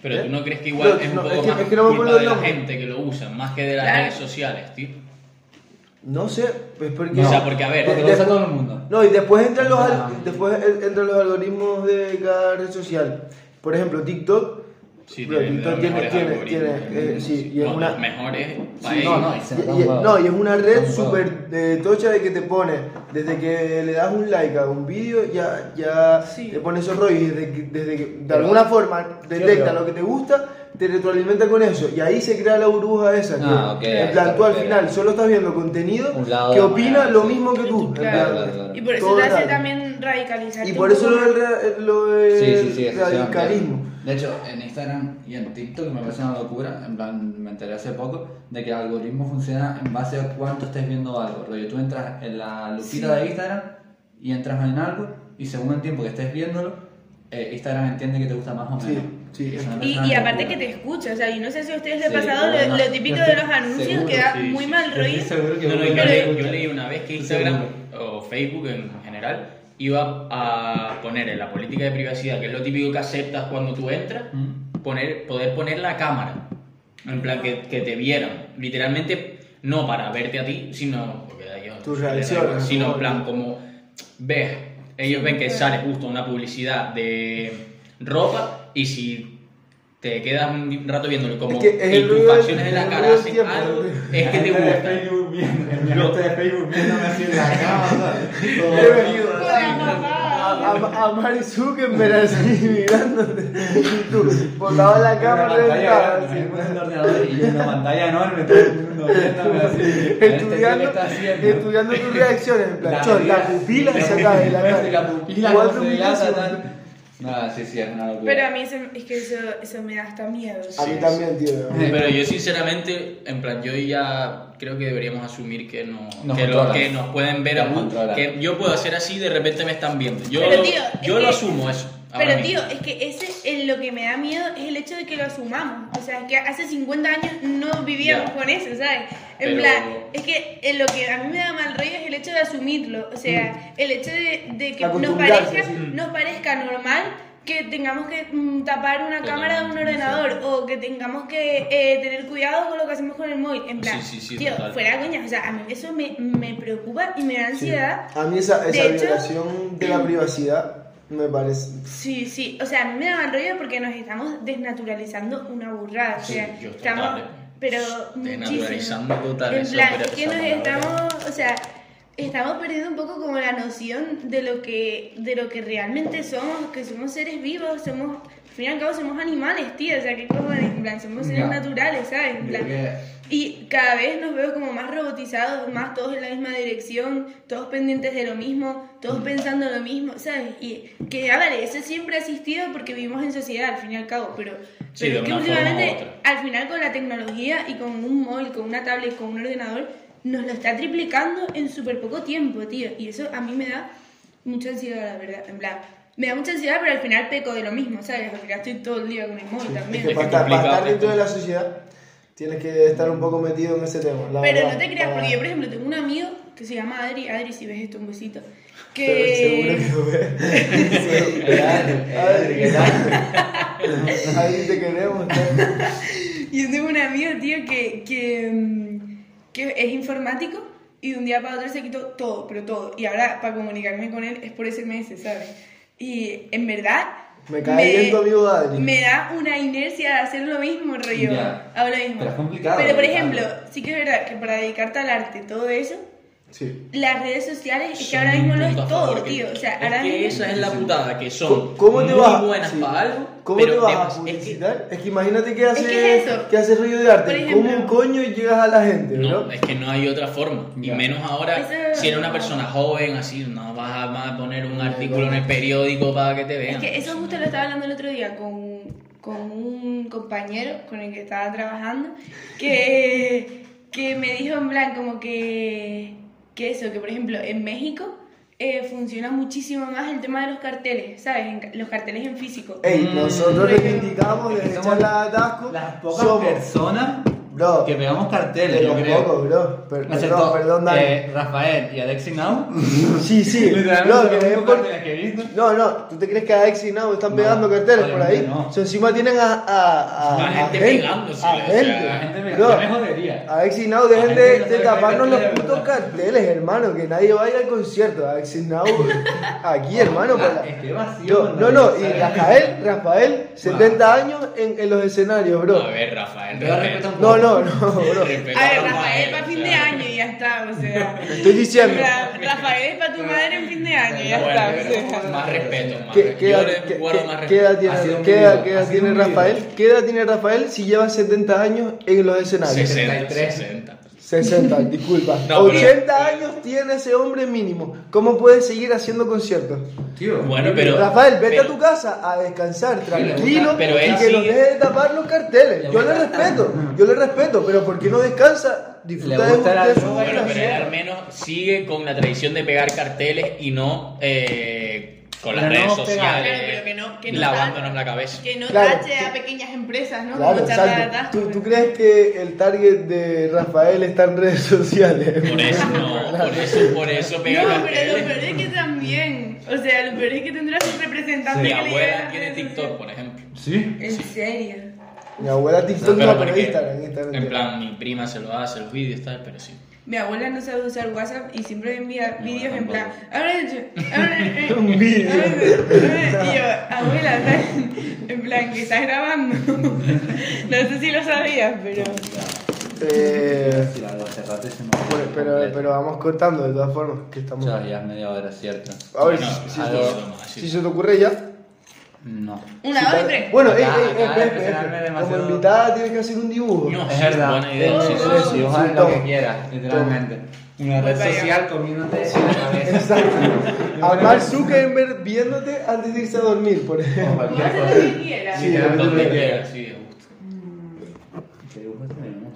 Speaker 3: Pero
Speaker 4: ¿Eh?
Speaker 3: tú no crees que igual
Speaker 4: No,
Speaker 3: es un
Speaker 4: no,
Speaker 3: poco
Speaker 4: es que-
Speaker 3: más
Speaker 4: es que no me
Speaker 3: culpa
Speaker 4: acuerdo
Speaker 3: de
Speaker 4: el
Speaker 3: la
Speaker 4: nombre.
Speaker 3: gente que lo usa, más que de las
Speaker 5: Claro.
Speaker 3: redes sociales, tío.
Speaker 4: No sé, pues porque.
Speaker 3: O sea, porque a ver,
Speaker 2: Porque lo usa todo el mundo.
Speaker 4: No, y después entran los, al-
Speaker 2: Ah.
Speaker 4: después en- entran los algoritmos de cada red social. Por ejemplo, TikTok.
Speaker 3: Sí,
Speaker 4: Bro,
Speaker 3: tiene
Speaker 4: TikTok
Speaker 3: los
Speaker 4: tiene,
Speaker 3: mejores
Speaker 4: tiene,
Speaker 3: algoritmos
Speaker 4: tiene,
Speaker 3: del
Speaker 4: eh,
Speaker 3: mundo,
Speaker 4: sí, y es
Speaker 3: No,
Speaker 4: una,
Speaker 3: los mejores para
Speaker 2: Sí, no, no, y
Speaker 4: Y-
Speaker 2: se nota
Speaker 4: y-
Speaker 2: un huevo.
Speaker 4: No, y es una red
Speaker 2: Un huevo.
Speaker 4: súper eh, tocha de que te pone, desde que le das un like a un vídeo, ya, ya
Speaker 5: Sí.
Speaker 4: te pone esos rollos, y desde que, desde que de alguna forma detecta
Speaker 2: pero-
Speaker 4: lo que te gusta, te retroalimenta con eso, y ahí se crea la burbuja esa. que
Speaker 2: Ah, ok,
Speaker 4: en
Speaker 2: ahí
Speaker 4: plan,
Speaker 2: está,
Speaker 4: tú al
Speaker 2: pero-
Speaker 4: final solo estás viendo contenido
Speaker 2: Un lado
Speaker 4: que
Speaker 2: de la
Speaker 4: opina
Speaker 2: moneda,
Speaker 4: lo
Speaker 2: sí.
Speaker 4: mismo que tú. en
Speaker 5: Claro,
Speaker 4: plan,
Speaker 2: claro, claro.
Speaker 5: Y por eso
Speaker 4: todo
Speaker 5: te
Speaker 4: el
Speaker 5: hace
Speaker 4: rato.
Speaker 5: también radicalizar.
Speaker 4: Y por eso lo del, ra- lo del
Speaker 2: Sí, sí, sí, eso se llama.
Speaker 4: radicalismo.
Speaker 2: De hecho, en Instagram y en TikTok me parece una locura, en plan, me enteré hace poco, de que el algoritmo funciona en base a cuánto estés viendo algo. Rollo, tú entras en la lupita de Instagram y entras en algo, y según el tiempo que estés viéndolo, eh, Instagram entiende que te gusta más o
Speaker 4: Sí,
Speaker 2: menos.
Speaker 4: sí.
Speaker 2: Eso me parece
Speaker 5: Y,
Speaker 2: una
Speaker 5: y aparte que
Speaker 2: locura.
Speaker 5: te escucha, o sea, y no sé si a ustedes les ha
Speaker 2: Sí,
Speaker 5: pasado lo- lo,
Speaker 2: bueno,
Speaker 5: típico
Speaker 2: yo
Speaker 5: de
Speaker 2: estoy
Speaker 5: los anuncios
Speaker 2: seguro,
Speaker 5: que da
Speaker 3: sí,
Speaker 5: muy
Speaker 3: sí.
Speaker 5: mal
Speaker 2: Yo estoy
Speaker 5: rollo.
Speaker 2: seguro que
Speaker 3: No, no,
Speaker 2: voy
Speaker 3: yo,
Speaker 2: a-
Speaker 3: leí, yo leí una vez que Instagram o Facebook en general iba a poner en la política de privacidad, que es lo típico que aceptas cuando tú entras,
Speaker 2: Mm.
Speaker 3: poner, poder poner la cámara. En plan, que, que te vieran. Literalmente, no para verte a ti, sino. Porque da igual,
Speaker 4: Tus
Speaker 3: le da
Speaker 4: reacciones,
Speaker 3: igual, Sino
Speaker 4: ¿no?
Speaker 3: en plan, como. Ves, ellos ven que sale justo una publicidad de ropa y si. Te quedas un rato viéndolo como
Speaker 4: Es que es
Speaker 3: y
Speaker 4: el
Speaker 3: tus
Speaker 4: ruido del-
Speaker 3: facciones en la
Speaker 4: el
Speaker 3: cara
Speaker 4: ruido del
Speaker 3: hacen
Speaker 4: tiempo,
Speaker 3: algo,
Speaker 4: ¿no?
Speaker 3: es que te
Speaker 2: Gente de
Speaker 3: gusta.
Speaker 2: Facebook viendo- en mi cuenta de Facebook viéndome así en la cama, ¿sabes?
Speaker 4: Qué venido,
Speaker 5: Con
Speaker 4: ¿verdad?
Speaker 5: la mamá,
Speaker 4: a, a Mark Zuckerberg así mirándote. Y tú, botado en la
Speaker 2: Una
Speaker 4: cámara
Speaker 2: pantalla
Speaker 4: reventada.
Speaker 2: grande,
Speaker 4: así.
Speaker 2: un ordenador y una pantalla enorme, todo el mundo viéndome así. Este tío le
Speaker 4: Estudiando,
Speaker 2: está haciendo.
Speaker 4: estudiando tus reacciones, en plan, chon, la
Speaker 2: medida-
Speaker 4: pupila se acaba de la cara.
Speaker 2: La pupila
Speaker 4: Cuatro
Speaker 2: no se dilata
Speaker 4: milisegundos.
Speaker 2: tan. Nada, sí, sí, es una locura.
Speaker 5: Pero a mí ese- es que eso, eso me da hasta miedo.
Speaker 4: A mí también, tío.
Speaker 3: Pero
Speaker 4: Eh,
Speaker 3: yo sinceramente, en plan, yo ya creo que deberíamos asumir que no
Speaker 2: Nos
Speaker 3: que, lo,
Speaker 2: controlan.
Speaker 3: que nos pueden ver
Speaker 2: Nos
Speaker 3: a mí,
Speaker 2: controlan.
Speaker 3: que yo puedo hacer así y de repente me están viendo. Yo,
Speaker 5: Pero,
Speaker 3: lo-
Speaker 5: tío,
Speaker 3: yo
Speaker 5: es
Speaker 3: lo
Speaker 5: que-
Speaker 3: asumo eso. ahora
Speaker 5: Pero
Speaker 3: mismo.
Speaker 5: tío, es que ese es lo que me da miedo es el hecho de que lo asumamos. O sea, es que hace 50 años no vivíamos
Speaker 3: Ya.
Speaker 5: con eso, ¿sabes?
Speaker 3: Pero-
Speaker 5: En plan, es que eh, lo que a mí me da mal rollo es el hecho de asumirlo. O
Speaker 3: Mm.
Speaker 5: sea, el hecho de, de que nos
Speaker 4: Acostumbrarse,
Speaker 5: parezca,
Speaker 4: sí.
Speaker 5: nos parezca normal que tengamos que mm, tapar una cámara de un ordenador o que tengamos que eh, tener cuidado con lo que hacemos con el móvil. En plan,
Speaker 3: Sí, sí, sí,
Speaker 5: tío,
Speaker 3: total.
Speaker 5: fuera coña. O sea, a mí eso me, me preocupa y me da ansiedad.
Speaker 4: A mí esa, esa
Speaker 5: De hecho-
Speaker 4: violación de la privacidad me parece.
Speaker 5: Sí, sí, o sea, a mí me da mal rollo porque nos estamos desnaturalizando una burrada, o
Speaker 3: Sí,
Speaker 5: sea,
Speaker 3: yo
Speaker 5: estamos,
Speaker 3: total, eh.
Speaker 5: pero
Speaker 3: Desnaturalizando
Speaker 5: muchísimo.
Speaker 3: total
Speaker 5: en
Speaker 3: esa
Speaker 5: plan,
Speaker 3: opera-
Speaker 5: es que
Speaker 3: esa
Speaker 5: nos
Speaker 3: palabra.
Speaker 5: estamos, o sea, estamos perdiendo un poco como la noción de lo que, de lo que realmente somos, que somos seres vivos, somos, al fin y al cabo somos animales, tío, o sea, que como en plan, somos seres
Speaker 2: Ya.
Speaker 5: naturales, ¿sabes? En
Speaker 2: Yo
Speaker 5: plan,
Speaker 2: creo que-
Speaker 5: y cada vez nos veo como más robotizados, más todos en la misma dirección, todos pendientes de lo mismo, todos
Speaker 3: Mm.
Speaker 5: pensando lo mismo, ¿sabes? Y que, a ver, eso siempre ha existido porque vivimos en sociedad, al fin y al cabo, pero,
Speaker 3: Sí,
Speaker 5: pero
Speaker 3: de
Speaker 5: es que
Speaker 3: una forma u
Speaker 5: últimamente,
Speaker 3: otra.
Speaker 5: al final con la tecnología y con un móvil, con una tablet, con un ordenador, nos lo está triplicando en súper poco tiempo, tío. Y eso a mí me da mucha ansiedad, la verdad, en plan... Me da mucha ansiedad, pero al final peco de lo mismo, ¿sabes? Al final estoy todo el día con el móvil
Speaker 4: Es
Speaker 5: también.
Speaker 4: que
Speaker 3: Es
Speaker 4: para, estar, para
Speaker 3: complicado,
Speaker 4: estar dentro
Speaker 3: es
Speaker 4: de la sociedad tienes que estar un poco metido en ese tema. la
Speaker 5: Pero
Speaker 4: verdad,
Speaker 5: no te creas,
Speaker 4: para-
Speaker 5: porque yo, por ejemplo, tengo un amigo que se llama Adri. Adri, si ves esto, un besito.
Speaker 4: Pero seguro que
Speaker 5: Que.
Speaker 4: lo ves.
Speaker 2: Eh, Adri, eh, Adri, ¿qué tal?
Speaker 4: Ahí te queremos. ¿no?
Speaker 5: Yo tengo un amigo, tío, que, que, mm, que es informático y de un día para otro se quitó todo, pero todo. Y ahora, para comunicarme con él, es por SMS, ¿sabes? Y en verdad.
Speaker 4: Me cae bien tu amigo Adri.
Speaker 5: Me da una inercia de hacer lo mismo, rollo.
Speaker 2: Ya.
Speaker 5: Hago lo mismo.
Speaker 2: Pero es complicado,
Speaker 5: Pero, por
Speaker 2: dedicarlo.
Speaker 5: ejemplo, sí que es verdad que para dedicarte al arte, todo eso,
Speaker 4: Sí.
Speaker 5: las redes sociales es que
Speaker 3: Son
Speaker 5: ahora mismo lo es
Speaker 3: putas
Speaker 5: todo,
Speaker 3: porque
Speaker 5: tío. O sea,
Speaker 3: es
Speaker 5: ahora
Speaker 3: que
Speaker 5: mismo.
Speaker 3: esa es la putada, que son
Speaker 4: ¿Cómo- ¿Cómo te
Speaker 3: muy
Speaker 4: vas?
Speaker 3: buenas
Speaker 4: sí.
Speaker 3: para algo,
Speaker 4: ¿Cómo
Speaker 3: pero
Speaker 4: te Pues vas
Speaker 3: temas-
Speaker 4: a
Speaker 3: es que-
Speaker 4: publicitar? Es que, imagínate que haces
Speaker 5: que es eso.
Speaker 4: que haces rollo de arte.
Speaker 5: Por ejemplo-
Speaker 4: ¿Cómo coño llegas a la gente,
Speaker 3: No,
Speaker 4: bro?
Speaker 3: es que no hay otra forma. Y
Speaker 2: Ya.
Speaker 3: menos ahora,
Speaker 5: Eso-
Speaker 3: si eres una persona joven, así, no vas a, vas a poner un artículo en el periódico para que te
Speaker 5: Es
Speaker 3: vean.
Speaker 5: que eso justo lo estaba hablando el otro día con, con un compañero con el que estaba trabajando, que, que me dijo en plan como que, que eso, que por ejemplo en México eh, funciona muchísimo más el tema de los carteles, ¿sabes? En ca- los carteles en físico.
Speaker 4: Ey, nosotros
Speaker 5: pero-
Speaker 4: reivindicamos
Speaker 2: Es que
Speaker 4: desde
Speaker 2: somos
Speaker 4: charla de atasco.
Speaker 2: Las pocas
Speaker 4: somos-
Speaker 2: personas
Speaker 4: Bro,
Speaker 2: que pegamos carteles,
Speaker 4: de
Speaker 2: yo
Speaker 4: los
Speaker 2: creo.
Speaker 4: pocos, bro. Per-
Speaker 2: Excepto,
Speaker 4: Perdón, perdón, Dani.
Speaker 2: eh, Rafael y Alexi Now.
Speaker 4: Sí, sí. No,
Speaker 2: Literalmente
Speaker 4: que
Speaker 2: los
Speaker 4: ven
Speaker 2: mismos
Speaker 4: por-
Speaker 2: carteles que he visto.
Speaker 4: No, no, ¿tú te crees que a Exi Now están
Speaker 2: No,
Speaker 4: pegando carteles por ahí?
Speaker 2: obviamente no.
Speaker 4: Si encima tienen a. a, a,
Speaker 3: A gente pegándose,
Speaker 4: A
Speaker 3: o sea,
Speaker 4: gente.
Speaker 3: a
Speaker 2: La gente me,
Speaker 4: Bro,
Speaker 2: yo me jodería.
Speaker 4: a Exi Now, dejen
Speaker 2: gente
Speaker 4: de,
Speaker 2: no
Speaker 4: de
Speaker 2: sabe
Speaker 4: taparnos los
Speaker 2: pegar carteles,
Speaker 4: putos
Speaker 2: ¿verdad?
Speaker 4: carteles, hermano, que nadie va a ir al concierto. A Exi Now, aquí, hermano.
Speaker 2: Ah,
Speaker 4: por la-
Speaker 2: Este vacío.
Speaker 4: Yo- no, no, y
Speaker 2: ¿sabes?
Speaker 4: Rafael, Rafael, 70 años en, en los escenarios, bro.
Speaker 3: A ver, Rafael.
Speaker 2: Yo
Speaker 3: Rafael.
Speaker 2: respeto un poco.
Speaker 4: No, no, no, bro.
Speaker 3: Respeto
Speaker 5: A ver,
Speaker 3: Eh, Rafael,
Speaker 5: Rafael
Speaker 3: o
Speaker 5: para fin
Speaker 3: sea.
Speaker 5: de año y ya está, o sea.
Speaker 4: Estoy diciendo.
Speaker 5: Ra- Rafael para tu madre en fin de año y ya
Speaker 3: Bueno,
Speaker 5: está, o
Speaker 3: pero
Speaker 5: sea.
Speaker 3: más respeto, más
Speaker 4: ¿Qué,
Speaker 3: respeto.
Speaker 4: qué
Speaker 3: Yo
Speaker 4: edad,
Speaker 3: le
Speaker 4: qué-
Speaker 3: guardo
Speaker 4: qué-
Speaker 3: más
Speaker 4: qué edad
Speaker 3: respeto.
Speaker 2: Ha sido
Speaker 4: tiene,
Speaker 2: un
Speaker 4: qué
Speaker 2: video,
Speaker 4: edad- qué
Speaker 2: ha
Speaker 4: edad
Speaker 2: sido
Speaker 4: tiene
Speaker 2: un video.
Speaker 4: Rafael? ¿Qué edad tiene Rafael si lleva 70 años en los escenarios?
Speaker 3: 60,
Speaker 2: 63.
Speaker 3: 60.
Speaker 4: 60, disculpa.
Speaker 3: No, pero-
Speaker 4: 80 años tiene ese hombre mínimo. ¿Cómo puede seguir haciendo conciertos?
Speaker 2: Tío,
Speaker 3: Bueno, pero-
Speaker 4: Rafael, vete
Speaker 3: pero-
Speaker 4: a tu casa a descansar
Speaker 2: le gusta-
Speaker 4: tranquilo
Speaker 3: pero él
Speaker 4: y que nos
Speaker 3: sigue-
Speaker 4: deje de tapar los carteles.
Speaker 2: Le
Speaker 4: Yo le
Speaker 2: gusta-
Speaker 4: respeto, yo le respeto, pero ¿por qué no descansa? Disfruta
Speaker 2: Le
Speaker 4: de
Speaker 2: gusta la
Speaker 4: usted.
Speaker 2: droga y
Speaker 3: Bueno,
Speaker 2: la
Speaker 3: pero él al menos sigue con la tradición de pegar carteles y no eh, con las
Speaker 2: Pero
Speaker 3: redes
Speaker 2: no pegar.
Speaker 3: sociales
Speaker 5: Claro, pero que no- que no
Speaker 3: lavándonos
Speaker 5: tal.
Speaker 3: la cabeza.
Speaker 5: Que no
Speaker 4: Claro,
Speaker 5: tache
Speaker 4: que-
Speaker 5: a pequeñas empresas, ¿no?
Speaker 4: Claro,
Speaker 5: Como
Speaker 4: exacto.
Speaker 5: charla de atasco,
Speaker 4: ¿Tú, tú
Speaker 5: pero-
Speaker 4: crees que el target de Rafael está en redes sociales?
Speaker 3: Por eso, no, por eso, por eso pega
Speaker 5: No, pero lo
Speaker 3: carteles.
Speaker 5: peor es que también. O sea, lo peor es que tendrá su representante
Speaker 2: Sí,
Speaker 3: Mi
Speaker 5: que le
Speaker 3: abuela
Speaker 5: diga-
Speaker 3: tiene TikTok, por ejemplo.
Speaker 2: Sí.
Speaker 5: ¿En serio?
Speaker 4: Mi abuela TikTok
Speaker 3: Pero
Speaker 4: no, pero
Speaker 3: porque,
Speaker 4: Instagram, Instagram.
Speaker 3: en plan, mi prima se lo hace, los vídeos, tal, pero sí.
Speaker 5: Mi abuela no sabe usar WhatsApp y siempre me envía
Speaker 3: Mi
Speaker 5: vídeos
Speaker 3: abuela
Speaker 5: en plan.
Speaker 3: tampoco.
Speaker 5: "Ahora yo- ahora- eh,
Speaker 4: Un vídeo.
Speaker 5: ahora yo-". Y yo, abuela, ¿sabes? en plan, que estás grabando. No sé si lo sabías, pero.
Speaker 4: Eh,
Speaker 2: Sí, la de hace rato se me olvidó
Speaker 4: bueno, pero,
Speaker 2: completo.
Speaker 4: pero vamos cortando de todas formas, que estamos...
Speaker 2: O sea, ya es media hora, ¿cierto?
Speaker 4: A ver,
Speaker 3: No,
Speaker 4: si, si-
Speaker 3: algo-
Speaker 4: si se te ocurre ya...
Speaker 2: No.
Speaker 5: Una
Speaker 4: si
Speaker 5: hora y
Speaker 4: tal-
Speaker 5: tres.
Speaker 4: Bueno, eh,
Speaker 2: Ya,
Speaker 4: ey,
Speaker 2: acaba de
Speaker 4: ey, ey, ey, ey,
Speaker 2: impresionarme
Speaker 4: como
Speaker 2: demasiado.
Speaker 4: invitada tienes que hacer un dibujo.
Speaker 3: No,
Speaker 2: Es
Speaker 3: sí,
Speaker 2: verdad.
Speaker 3: buena idea.
Speaker 5: Sí,
Speaker 2: Sí,
Speaker 5: sí,
Speaker 2: sí,
Speaker 5: sí,
Speaker 2: dibujar
Speaker 4: sí,
Speaker 2: lo
Speaker 4: toma.
Speaker 2: que quieras, literalmente. Una red
Speaker 5: Vaya.
Speaker 2: social comiéndote la cabeza.
Speaker 4: Exacto. A Mark Zuckerberg viéndote antes de irse a dormir, por
Speaker 2: O
Speaker 4: ejemplo.
Speaker 5: Vamos a
Speaker 2: cualquier cosa.
Speaker 5: hacer lo que quieras.
Speaker 4: Sí,
Speaker 3: Donde
Speaker 2: donde
Speaker 3: quiera,
Speaker 2: quiera.
Speaker 3: sí, de gusto.
Speaker 2: ¿Qué dibujo este mismo?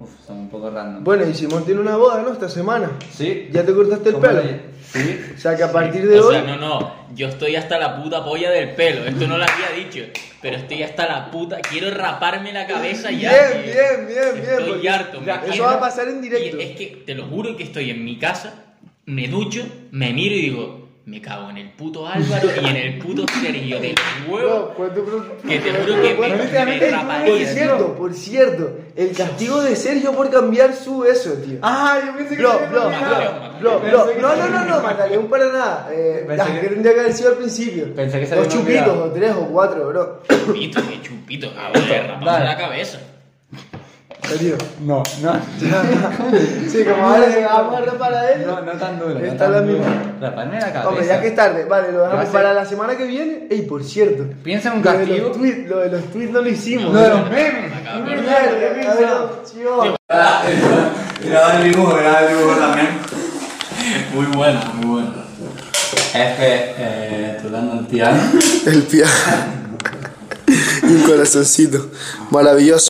Speaker 2: Uf, son un poco random.
Speaker 4: Bueno, y Simón tiene una boda, ¿no? Esta semana.
Speaker 2: Sí.
Speaker 4: ¿Ya te cortaste el
Speaker 2: ¿Cómo
Speaker 4: pelo?
Speaker 2: le- Sí.
Speaker 4: O sea que a partir de
Speaker 3: o
Speaker 4: hoy...
Speaker 3: sea, no, no, yo estoy hasta la puta polla del pelo, esto no lo había dicho, pero estoy hasta la puta, quiero raparme la cabeza ya.
Speaker 4: Bien,
Speaker 3: tío.
Speaker 4: bien, bien, bien,
Speaker 3: Estoy
Speaker 4: porque
Speaker 3: harto. me
Speaker 4: eso
Speaker 3: quiero-
Speaker 4: va a pasar en directo.
Speaker 3: Y es que te lo juro que estoy en mi casa, me ducho, me miro y digo, me cago en el puto Álvaro y en el puto Sergio del huevo.
Speaker 4: No, pues cuento pro-
Speaker 3: Que te juro que me-
Speaker 4: Ey,
Speaker 3: me raparía,
Speaker 4: Por
Speaker 3: tío.
Speaker 4: cierto, por cierto, el castigo de Sergio por cambiar su eso, tío.
Speaker 2: Ah, yo pensé
Speaker 4: Bro,
Speaker 2: se había
Speaker 4: bro,
Speaker 2: olvidado.
Speaker 3: Mataleón,
Speaker 4: bro, bro,
Speaker 2: Mataleón.
Speaker 4: bro. No, no, no, no, Mataleón para nada. Eh,
Speaker 2: Pensé
Speaker 4: ah,
Speaker 2: que-
Speaker 4: que tendría que haber sido al principio.
Speaker 2: Pensé que se
Speaker 4: Dos
Speaker 2: había
Speaker 4: chupitos,
Speaker 2: olvidado.
Speaker 4: o tres, o cuatro, bro.
Speaker 3: Chupito, qué chupito, cabrón, de raparme
Speaker 2: dale.
Speaker 3: la cabeza.
Speaker 4: Tío.
Speaker 2: No, no.
Speaker 4: Sí, como ahora se va a amarrar para él.
Speaker 2: No, no tan duro.
Speaker 4: Está
Speaker 2: no tan
Speaker 4: la
Speaker 2: duro.
Speaker 4: misma.
Speaker 2: Raparme la cabeza.
Speaker 4: Hombre, ya que es tarde, vale, lo
Speaker 2: Ya
Speaker 4: dejamos
Speaker 2: sé.
Speaker 4: para la semana que viene. Ey, por cierto.
Speaker 2: Piensa en un
Speaker 4: Lo de
Speaker 2: castigo.
Speaker 4: los tweets, lo de los tweets no lo hicimos.
Speaker 2: Lo de los memes.
Speaker 3: Me cago en el-
Speaker 4: Mierda, cabrón, chivo.
Speaker 1: Graba el dibujo, graba el dibujo también. Muy bueno, muy bueno. Es que eh, tocando el piano.
Speaker 6: El piano. y un corazoncito. Maravilloso.